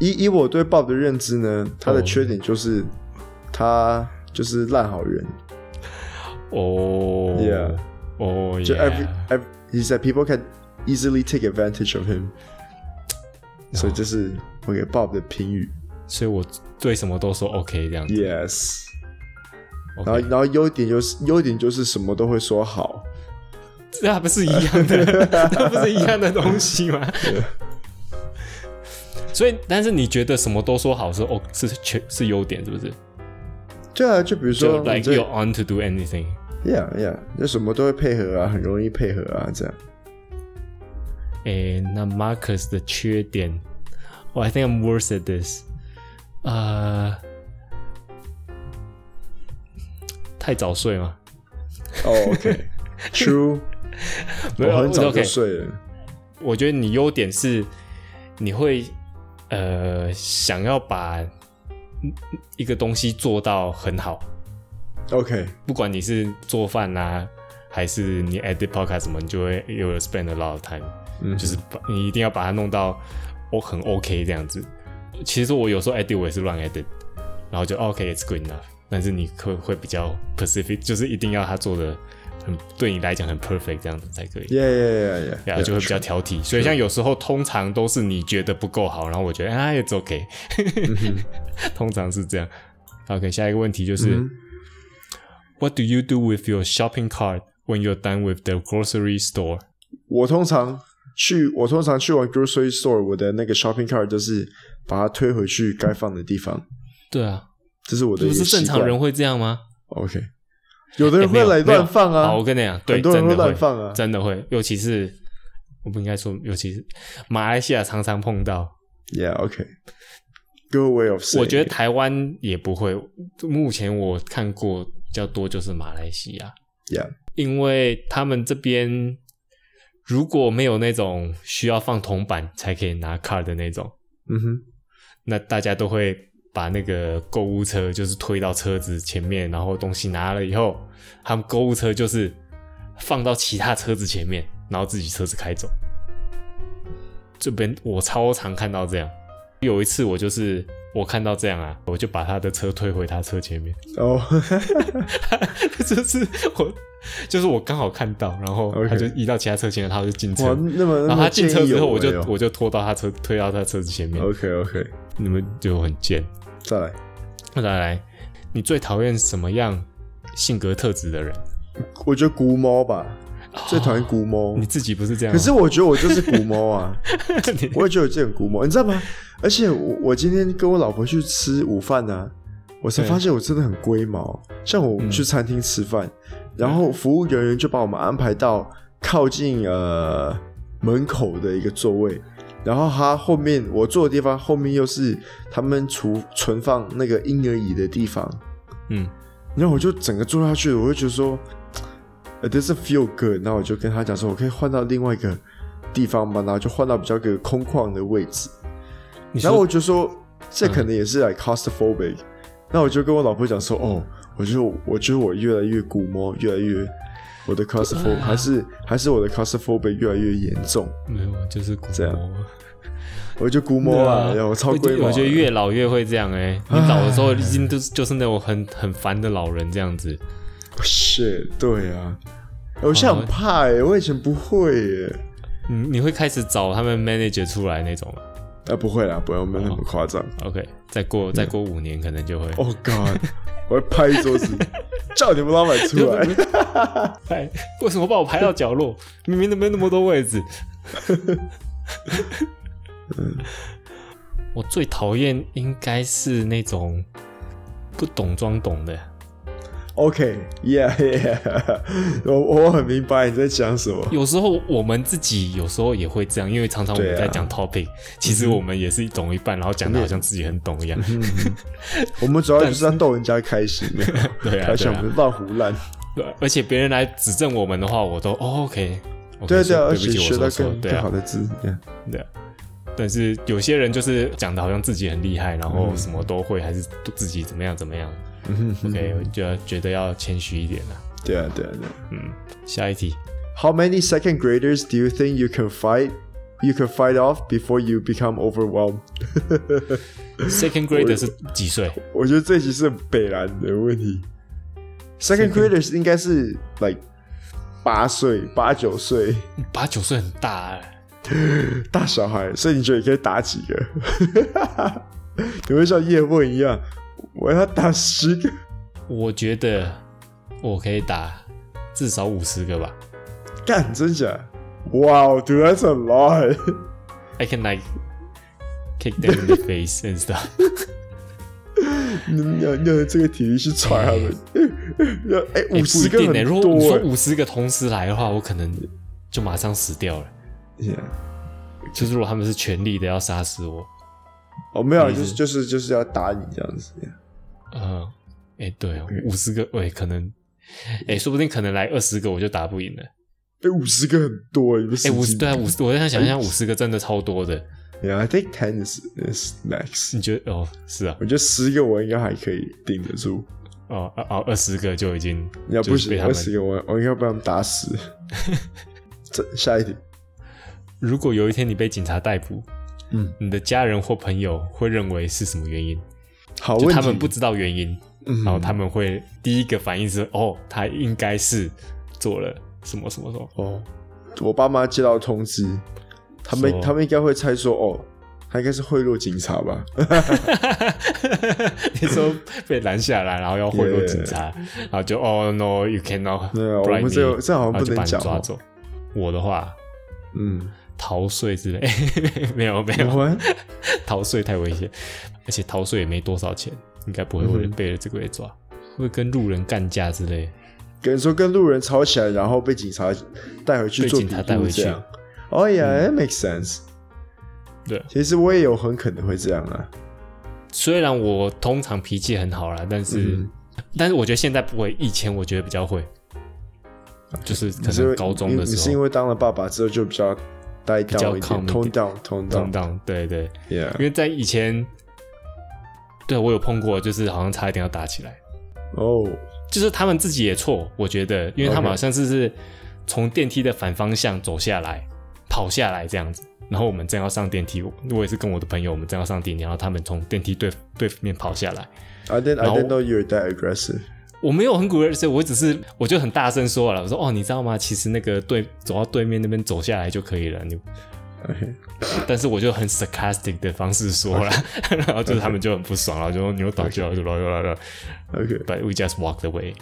[SPEAKER 1] 以以我对 Bob 的认知呢，他的
[SPEAKER 2] 哦
[SPEAKER 1] 缺点就是他就是烂好人，
[SPEAKER 2] 哦
[SPEAKER 1] Yeah
[SPEAKER 2] 哦
[SPEAKER 1] 就 every
[SPEAKER 2] yeah，
[SPEAKER 1] every he said people can easily take advantage of him，所以这是我给 Bob 的评语。
[SPEAKER 2] 所以我对什么都说 OK 这样子。
[SPEAKER 1] Yes，然后
[SPEAKER 2] OK，
[SPEAKER 1] 然后优点就是优点就是什么都会说好。
[SPEAKER 2] 这还不是一样的， 这不是一样的东西吗？所以，但是你觉得什么都说好是哦，是缺是优点，是不是？
[SPEAKER 1] 对啊，就比如说
[SPEAKER 2] 就
[SPEAKER 1] 你
[SPEAKER 2] like
[SPEAKER 1] 这
[SPEAKER 2] you're on to do anything。
[SPEAKER 1] ，Yeah Yeah，就什么都会配合啊，很容易配合啊， 这样。
[SPEAKER 2] 诶，那 Marcus 的缺点，我、oh, I think I'm worse at this，呃，太早睡吗？
[SPEAKER 1] 哦，OK，True，
[SPEAKER 2] Oh, 没有
[SPEAKER 1] 我很早就
[SPEAKER 2] OK
[SPEAKER 1] 睡了。
[SPEAKER 2] 我觉得你优点是你会呃想要把嗯一个东西做到很好，
[SPEAKER 1] OK，
[SPEAKER 2] 不管你是做饭啊，还是你 edit podcast 什么，你就会 you will spend a lot of time，、
[SPEAKER 1] 嗯
[SPEAKER 2] 就是把你一定要把它弄到我很 OK 这样子。其实我有时候 edit 我也是乱 edit，然后就 OK it's good enough，但是你会会比较 specific，就是一定要它做的很对你来讲很 perfect 这样子才可以。
[SPEAKER 1] Yeah Yeah Yeah
[SPEAKER 2] 对
[SPEAKER 1] Yeah，
[SPEAKER 2] 啊，就会比较
[SPEAKER 1] sure
[SPEAKER 2] 挑剔。所以像有时候通常都是你觉得不够好，然后我觉得啊，it's OK，通嗯 常是这样。OK，下一个问题就是、
[SPEAKER 1] 嗯
[SPEAKER 2] w h a t do you do with your shopping cart when you're done with the grocery store？
[SPEAKER 1] 我通常去，我通常去完 grocery store，我的那个 shopping cart 就是把它推回去该放的地方，
[SPEAKER 2] 对啊，
[SPEAKER 1] 这是我的一
[SPEAKER 2] 不
[SPEAKER 1] 个
[SPEAKER 2] 是
[SPEAKER 1] 习惯
[SPEAKER 2] 正常人。会这样吗？
[SPEAKER 1] OK，有的人
[SPEAKER 2] 没
[SPEAKER 1] 会
[SPEAKER 2] 有
[SPEAKER 1] 来
[SPEAKER 2] 没有
[SPEAKER 1] 乱放啊
[SPEAKER 2] 好，我，跟你讲，对，
[SPEAKER 1] 很多人
[SPEAKER 2] 真的
[SPEAKER 1] 会乱放啊
[SPEAKER 2] 真的会，尤其是我不应该说，尤其是马来西亚常常碰到。
[SPEAKER 1] Yeah OK。Good way of saying，
[SPEAKER 2] 我觉得台湾也不会，目前我看过比较多就是马来西亚。
[SPEAKER 1] Yeah，
[SPEAKER 2] 因为他们这边如果没有那种需要放铜板才可以拿 card 的那种，
[SPEAKER 1] 嗯哼，
[SPEAKER 2] 那大家都会把那个购物车就是推到车子前面，然后东西拿了以后，他们购物车就是放到其他车子前面，然后自己车子开走。这边我超常看到这样，有一次我就是我看到这样啊，我就把他的车推回他车前面，
[SPEAKER 1] 哦，
[SPEAKER 2] 就是我就是我刚好看到，然后他就
[SPEAKER 1] OK
[SPEAKER 2] 移到其他车前面，他就进车
[SPEAKER 1] 哇，，那么那
[SPEAKER 2] 然后
[SPEAKER 1] 么
[SPEAKER 2] 他进车之后，我就
[SPEAKER 1] 我
[SPEAKER 2] 我就拖到他车推到他车子前面，
[SPEAKER 1] OK OK，
[SPEAKER 2] 你们就很贱。
[SPEAKER 1] 再来，
[SPEAKER 2] 那再来，你最讨厌什么样性格特质的人？
[SPEAKER 1] 我觉得古猫吧，最讨厌古猫
[SPEAKER 2] 哦你。自己不是这样
[SPEAKER 1] 可
[SPEAKER 2] 吗？
[SPEAKER 1] 是我觉得我就是古猫啊，
[SPEAKER 2] 你
[SPEAKER 1] 我也觉得我自己很古猫，你知道吗？而且我我今天跟我老婆去吃午饭呢、我才
[SPEAKER 2] 对
[SPEAKER 1] 发现我真的很龟毛。像我去餐厅吃饭，
[SPEAKER 2] 嗯
[SPEAKER 1] 然后服务人员就把我们安排到靠近呃门口的一个座位，然后他后面我坐的地方后面又是他们储存放那个婴儿椅的地方，
[SPEAKER 2] 嗯，
[SPEAKER 1] 然后我就整个坐下去，我就觉得说，it doesn't feel good。然后我就跟他讲说，我可以换到另外一个地方吗？然后就换到比较个空旷的位置。
[SPEAKER 2] 你
[SPEAKER 1] 然后
[SPEAKER 2] 说嗯
[SPEAKER 1] 我就说，这可能也是 like claustrophobic。那我就跟我老婆讲说，哦，我觉得我我觉得我越来越古摸，越来越我的 claustrophobic 还是还是我的 claustrophobic 越来越严重。
[SPEAKER 2] 没有，我就是古
[SPEAKER 1] 这样
[SPEAKER 2] 魔
[SPEAKER 1] 我就估摸了，然
[SPEAKER 2] 对啊
[SPEAKER 1] 后我超
[SPEAKER 2] 我
[SPEAKER 1] 龟毛的。
[SPEAKER 2] 我觉得越老越会这样哎、你老的时候已经就是就是那种很很烦的老人这样子。
[SPEAKER 1] shit，对啊，我现在很怕耶，我以前不会耶。
[SPEAKER 2] 你嗯你会开始找他们 manager 出来那种吗
[SPEAKER 1] 啊，不会啦，不会，我没有那么夸张。
[SPEAKER 2] ？OK，再过再过五年可能就会。
[SPEAKER 1] Oh God！我会拍桌 子，叫你们老板出来。
[SPEAKER 2] 哎，为什么把我排到 角落？明明那边那么多位置。
[SPEAKER 1] 嗯
[SPEAKER 2] 我最讨厌应该是那种不懂装懂的。
[SPEAKER 1] OK，Yeah，Yeah，、我我很明白你在讲什么。
[SPEAKER 2] 有时候我们自己有时候也会这样，因为常常我们
[SPEAKER 1] 对啊
[SPEAKER 2] 在讲 topic，、其实我们也是懂一半，然后讲的好像自己很懂
[SPEAKER 1] 嗯
[SPEAKER 2] 一样。
[SPEAKER 1] 我们主要就是要逗人家开心，
[SPEAKER 2] 对 啊
[SPEAKER 1] 他想我们乱胡乱。
[SPEAKER 2] 对而且别人来指正我们的话，我都、哦、OK。
[SPEAKER 1] 对啊对啊，而
[SPEAKER 2] 对
[SPEAKER 1] 且
[SPEAKER 2] 不起，我
[SPEAKER 1] 学到
[SPEAKER 2] 说错，
[SPEAKER 1] 更
[SPEAKER 2] 对
[SPEAKER 1] 更
[SPEAKER 2] 啊
[SPEAKER 1] 好，的字。Yeah
[SPEAKER 2] 对啊。但是有些人就是讲的好像自己很厉害，然后什么都会，还是自己怎么样怎么样。
[SPEAKER 1] 嗯哼
[SPEAKER 2] OK，我就要觉得要谦虚一点了。
[SPEAKER 1] 对啊，对啊，对啊。
[SPEAKER 2] 下一题，
[SPEAKER 1] How many second graders do you think you can fight? You can fight off before you become overwhelmed.
[SPEAKER 2] Second grader 是几岁？
[SPEAKER 1] 我觉得这集是很北蓝的问题。Second graders 应该是 like 八岁、八九岁
[SPEAKER 2] 八九岁很大、欸，
[SPEAKER 1] 大小孩，所以你觉得你可以打几个？ 你会像叶问一样，我要打十个。
[SPEAKER 2] 我觉得我可以打至少五十个吧。
[SPEAKER 1] 干，真假？Wow, dude, that's a lot.
[SPEAKER 2] I can like kick them in the face and stuff 。
[SPEAKER 1] 你你要你要有这个体力去踹他们，要 哎 五十个
[SPEAKER 2] 欸不一定欸如
[SPEAKER 1] 很
[SPEAKER 2] 果你
[SPEAKER 1] 多
[SPEAKER 2] 说
[SPEAKER 1] 欸。
[SPEAKER 2] 五十个同时来的话，我可能就马上死掉了。
[SPEAKER 1] Yeah.
[SPEAKER 2] 就是如果他们是全力的要杀死我，
[SPEAKER 1] 哦，没有，就
[SPEAKER 2] 意
[SPEAKER 1] 是
[SPEAKER 2] 思
[SPEAKER 1] 就是就是要打你这样子。
[SPEAKER 2] 嗯，哎、对哦，五十个，哎、可能，哎、说不定可能来二十个我就打不赢了。
[SPEAKER 1] 哎，五十个很多欸，你们
[SPEAKER 2] 哎、
[SPEAKER 1] 神
[SPEAKER 2] 五十
[SPEAKER 1] 经哎
[SPEAKER 2] 对啊，五十，我在想象五十个真的超多的。
[SPEAKER 1] Yeah, I think ten is is max.
[SPEAKER 2] 你觉得哦，是啊，
[SPEAKER 1] 我觉得十个我应该还可以顶得住，
[SPEAKER 2] 哦哦哦，二十个就已经
[SPEAKER 1] 你要
[SPEAKER 2] 就是
[SPEAKER 1] 不
[SPEAKER 2] 被
[SPEAKER 1] 行，
[SPEAKER 2] 他
[SPEAKER 1] 二
[SPEAKER 2] 们
[SPEAKER 1] 十个我我应该被他们打 死。这下一题，
[SPEAKER 2] 如果有一天你被警察逮捕，
[SPEAKER 1] 嗯，
[SPEAKER 2] 你的家人或朋友会认为是什么原因？
[SPEAKER 1] 好哦问
[SPEAKER 2] 就
[SPEAKER 1] 题，
[SPEAKER 2] 他们不知道原因，
[SPEAKER 1] 嗯
[SPEAKER 2] 然后他们会第一个反应是哦，他应该是做了什么什么什么。
[SPEAKER 1] 哦，我爸妈接到通知，他们
[SPEAKER 2] 说
[SPEAKER 1] 他们应该会猜说，哦，他应该是贿赂警察吧？
[SPEAKER 2] 你说被拦下来，然后要贿赂警察然后就哦 no you cannot，
[SPEAKER 1] 对啊
[SPEAKER 2] bribe
[SPEAKER 1] 我们这个
[SPEAKER 2] me，
[SPEAKER 1] 这好像
[SPEAKER 2] 然后
[SPEAKER 1] 不
[SPEAKER 2] 就
[SPEAKER 1] 能
[SPEAKER 2] 把你
[SPEAKER 1] 讲
[SPEAKER 2] 抓
[SPEAKER 1] 哦
[SPEAKER 2] 走。我的话
[SPEAKER 1] 嗯，
[SPEAKER 2] 逃税之类， 没有没有，
[SPEAKER 1] 我们
[SPEAKER 2] 逃税太危险，而且逃税也没多少钱，应该不会
[SPEAKER 1] 嗯
[SPEAKER 2] 为了被这个被抓，会跟路人干架之类。
[SPEAKER 1] 跟你说跟路人吵起来，然后被警察带回去
[SPEAKER 2] 被
[SPEAKER 1] 做
[SPEAKER 2] 警
[SPEAKER 1] 笔
[SPEAKER 2] 察带
[SPEAKER 1] 录
[SPEAKER 2] 回
[SPEAKER 1] 这
[SPEAKER 2] 去嗯
[SPEAKER 1] 样。哦呀，that makes sense。
[SPEAKER 2] 对，
[SPEAKER 1] 其实我也有很可能会这样啊。
[SPEAKER 2] 虽然我通常脾气很好啦，但是、
[SPEAKER 1] 嗯
[SPEAKER 2] 但是我觉得现在不会，以前我觉得比较会，就是可
[SPEAKER 1] 你是因
[SPEAKER 2] 能
[SPEAKER 1] 为
[SPEAKER 2] 高中的
[SPEAKER 1] 你你
[SPEAKER 2] 时
[SPEAKER 1] 是因
[SPEAKER 2] 候，
[SPEAKER 1] 为当了爸爸之后就比较带到一
[SPEAKER 2] 比较
[SPEAKER 1] 点，
[SPEAKER 2] calm 一点
[SPEAKER 1] 通道通道
[SPEAKER 2] 动荡，对对，因
[SPEAKER 1] ，Yeah，
[SPEAKER 2] 为在以前，对我有碰过，就是好像差一点要打起来，
[SPEAKER 1] 哦，
[SPEAKER 2] 就是他们自己也错，我觉得，因为他
[SPEAKER 1] OK
[SPEAKER 2] 们好像是是从电梯的反方向走下来，跑下来这样子。然后我们正要上电梯，我我也是跟我的朋友，我们正要上电梯，然后他们从电梯对对面跑下来。
[SPEAKER 1] I didn't I
[SPEAKER 2] 然后
[SPEAKER 1] didn't know you were that aggressive。
[SPEAKER 2] 我没有很鼓励，所以我只是我就很大声说了，我说哦，你知道吗？其实那个对走到对面那边走下来就可以了，你
[SPEAKER 1] OK，
[SPEAKER 2] 但是我就很 sarcastic 的方式说了 然后就是他们就很不爽了，然后就说你又打架了，就来来来
[SPEAKER 1] OK，
[SPEAKER 2] ，but we just walked away。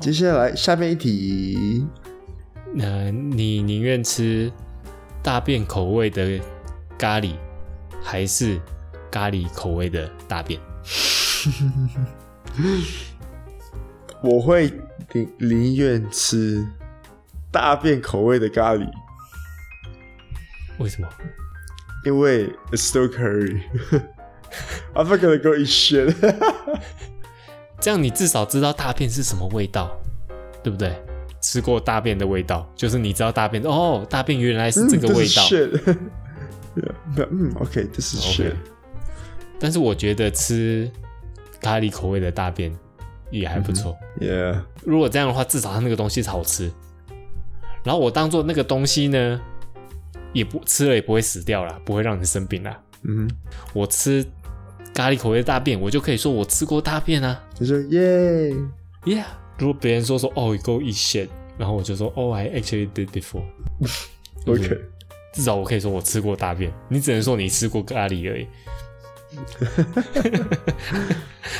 [SPEAKER 1] 接下来下面一题，
[SPEAKER 2] 呃，你宁愿吃大便口味的咖喱，还是咖喱口味的大便？
[SPEAKER 1] 我会宁宁愿吃大便口味的咖喱，
[SPEAKER 2] 为什么？
[SPEAKER 1] 因为 it's still curry 。I'm not gonna go eat shit
[SPEAKER 2] 这样你至少知道大便是什么味道，对不对？吃过大便的味道，就是你知道大便哦，大便原来是 这个味道。
[SPEAKER 1] 嗯，this is shit 对嗯，OK，this is
[SPEAKER 2] OK
[SPEAKER 1] shit。
[SPEAKER 2] 但是我觉得吃咖喱口味的大便也还不错。
[SPEAKER 1] Yeah，
[SPEAKER 2] 如果这样的话，至少它那个东西是好吃。然后我当做那个东西呢，也不吃了也不会死掉啦，不会让你生病啦。
[SPEAKER 1] 嗯哼，
[SPEAKER 2] 我吃咖喱口味的大便，我就可以说我吃过大便啊
[SPEAKER 1] 你说耶，
[SPEAKER 2] 嗯，Yeah。如果别人说说哦、oh,，go eat shit，然后我就说哦、oh,，I actually did before。
[SPEAKER 1] OK
[SPEAKER 2] 就是至少我可以说我吃过大便，你只能说你吃过咖喱而已，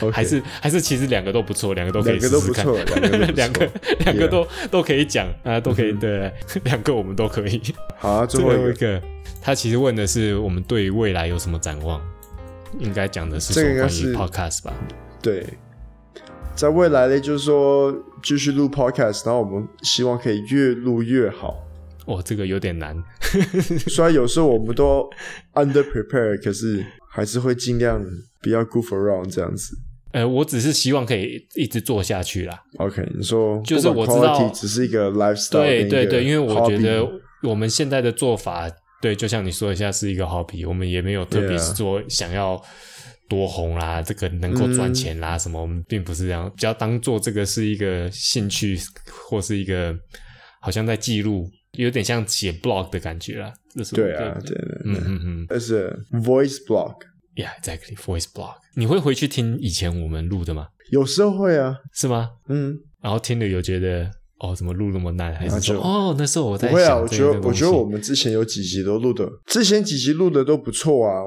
[SPEAKER 1] OK，
[SPEAKER 2] 还是还是其实两个都不错，两个都可以
[SPEAKER 1] 两
[SPEAKER 2] 试
[SPEAKER 1] 个都
[SPEAKER 2] 试
[SPEAKER 1] 不
[SPEAKER 2] 看。
[SPEAKER 1] 错，两个都不错
[SPEAKER 2] 两个两个都都可以讲啊，都
[SPEAKER 1] 嗯
[SPEAKER 2] 可以对， 两个我们都可以。
[SPEAKER 1] 好啊，最
[SPEAKER 2] 最
[SPEAKER 1] 后一
[SPEAKER 2] 后
[SPEAKER 1] 个
[SPEAKER 2] 一。个，他其实问的是我们对于未来有什么展望，应该讲的是
[SPEAKER 1] 这
[SPEAKER 2] 说
[SPEAKER 1] 个应该
[SPEAKER 2] 关
[SPEAKER 1] 是
[SPEAKER 2] 于 podcast 吧？
[SPEAKER 1] 对，在未来呢，就是说继续录 podcast，然后我们希望可以越录越好。
[SPEAKER 2] 哦，这个有点难。
[SPEAKER 1] 虽然有时候我们都 under prepare，可是还是会尽量不要 goof around 这样子。
[SPEAKER 2] 呃，我只是希望可以一直做下去啦。
[SPEAKER 1] OK，你说
[SPEAKER 2] 就是
[SPEAKER 1] 不管
[SPEAKER 2] 我知道
[SPEAKER 1] quality 只是一个 lifestyle，
[SPEAKER 2] 对
[SPEAKER 1] 跟一
[SPEAKER 2] 对
[SPEAKER 1] 个
[SPEAKER 2] 对，因为我觉
[SPEAKER 1] hobby
[SPEAKER 2] 得我们现在的做法，对，就像你说一下是一个 hobby，我们也没有特别
[SPEAKER 1] Yeah
[SPEAKER 2] 说想要多红啦，这个能够赚钱啦、什么，我们并不是这样，只要当做这个是一个兴趣或是一个好像在记录，有点像写 blog 的感觉啦。这是我
[SPEAKER 1] 对啊，对
[SPEAKER 2] 觉得
[SPEAKER 1] 对
[SPEAKER 2] 嗯嗯嗯
[SPEAKER 1] 但是 voice block
[SPEAKER 2] ，Yeah, exactly. Voice blog，你会回去听以前我们录的吗？
[SPEAKER 1] 有时候会啊，
[SPEAKER 2] 是吗？
[SPEAKER 1] 嗯，
[SPEAKER 2] 然后听了有觉得哦，怎么录那么难？还
[SPEAKER 1] 然后
[SPEAKER 2] 是说
[SPEAKER 1] 就
[SPEAKER 2] 哦，那时候我
[SPEAKER 1] 不
[SPEAKER 2] 在
[SPEAKER 1] 会啊，
[SPEAKER 2] 想
[SPEAKER 1] 我
[SPEAKER 2] 这
[SPEAKER 1] 觉
[SPEAKER 2] 个
[SPEAKER 1] 得我
[SPEAKER 2] 东
[SPEAKER 1] 觉得
[SPEAKER 2] 西
[SPEAKER 1] 我们之前有几集都录的，之前几集录的都不错啊，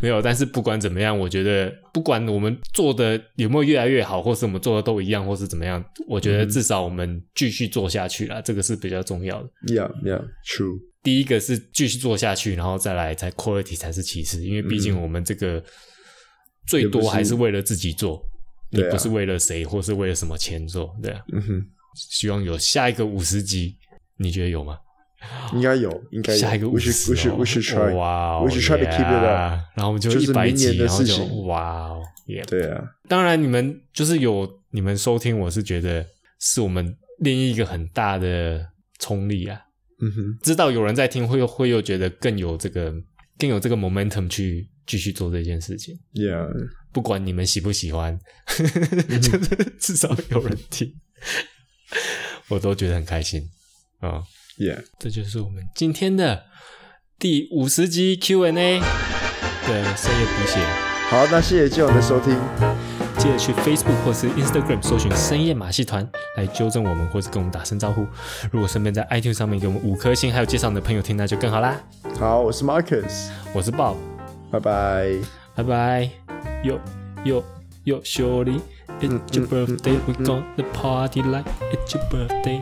[SPEAKER 2] 没有，但是不管怎么样，我觉得不管我们做的有没有越来越好，或是我们做的都一样，或是怎么样，我
[SPEAKER 1] 嗯
[SPEAKER 2] 觉得至少我们继续做下去啦，这个是比较重要的。
[SPEAKER 1] Yeah, yeah, true.
[SPEAKER 2] 第一个是继续做下去，然后再来才 quality 才是其次，因为毕竟我们这个最
[SPEAKER 1] 嗯也
[SPEAKER 2] 多
[SPEAKER 1] 不是
[SPEAKER 2] 还是为了自己做，
[SPEAKER 1] 对啊
[SPEAKER 2] 也不是为了谁或是为了什么钱做，对、啊。
[SPEAKER 1] 嗯哼，
[SPEAKER 2] 希望有下一个五十集，你觉得有吗？
[SPEAKER 1] 应该有，应该有。
[SPEAKER 2] 下一个
[SPEAKER 1] we
[SPEAKER 2] 五
[SPEAKER 1] should
[SPEAKER 2] 十、
[SPEAKER 1] we should
[SPEAKER 2] 哦，
[SPEAKER 1] we should try.
[SPEAKER 2] 哇哦
[SPEAKER 1] We should try to keep it up.
[SPEAKER 2] yeah，然后我们就
[SPEAKER 1] 就是
[SPEAKER 2] 一百
[SPEAKER 1] 明年
[SPEAKER 2] 集，
[SPEAKER 1] 的
[SPEAKER 2] 然后
[SPEAKER 1] 事
[SPEAKER 2] 就
[SPEAKER 1] 情
[SPEAKER 2] 哇哦，也
[SPEAKER 1] 对啊，
[SPEAKER 2] 当然，你们就是有你们收听，我是觉得是我们另一个很大的冲力啊。
[SPEAKER 1] 嗯哼，
[SPEAKER 2] 知道有人在听，会会又觉得更有这个更有这个 momentum 去继续做这件事情。
[SPEAKER 1] yeah，
[SPEAKER 2] 不管你们喜不喜欢， 就是至少有人听， 我都觉得很开心啊、
[SPEAKER 1] yeah，
[SPEAKER 2] 这就是我们今天的第五十集 Q&A 的深夜补写。
[SPEAKER 1] 好，那谢谢今晚的收听，
[SPEAKER 2] 记得去 Facebook 或是 Instagram 搜寻“深夜马戏团”来纠正我们，或是跟我们打声招呼。如果顺便在 iTunes 上面给我们五颗星，还有介绍你的朋友听，那就更好啦。
[SPEAKER 1] 好，我是 Marcus，
[SPEAKER 2] 我是 Bob，
[SPEAKER 1] 拜拜。
[SPEAKER 2] 拜拜。Yo yo yo, surely it's your birthday, we gonna party like it's your birthday。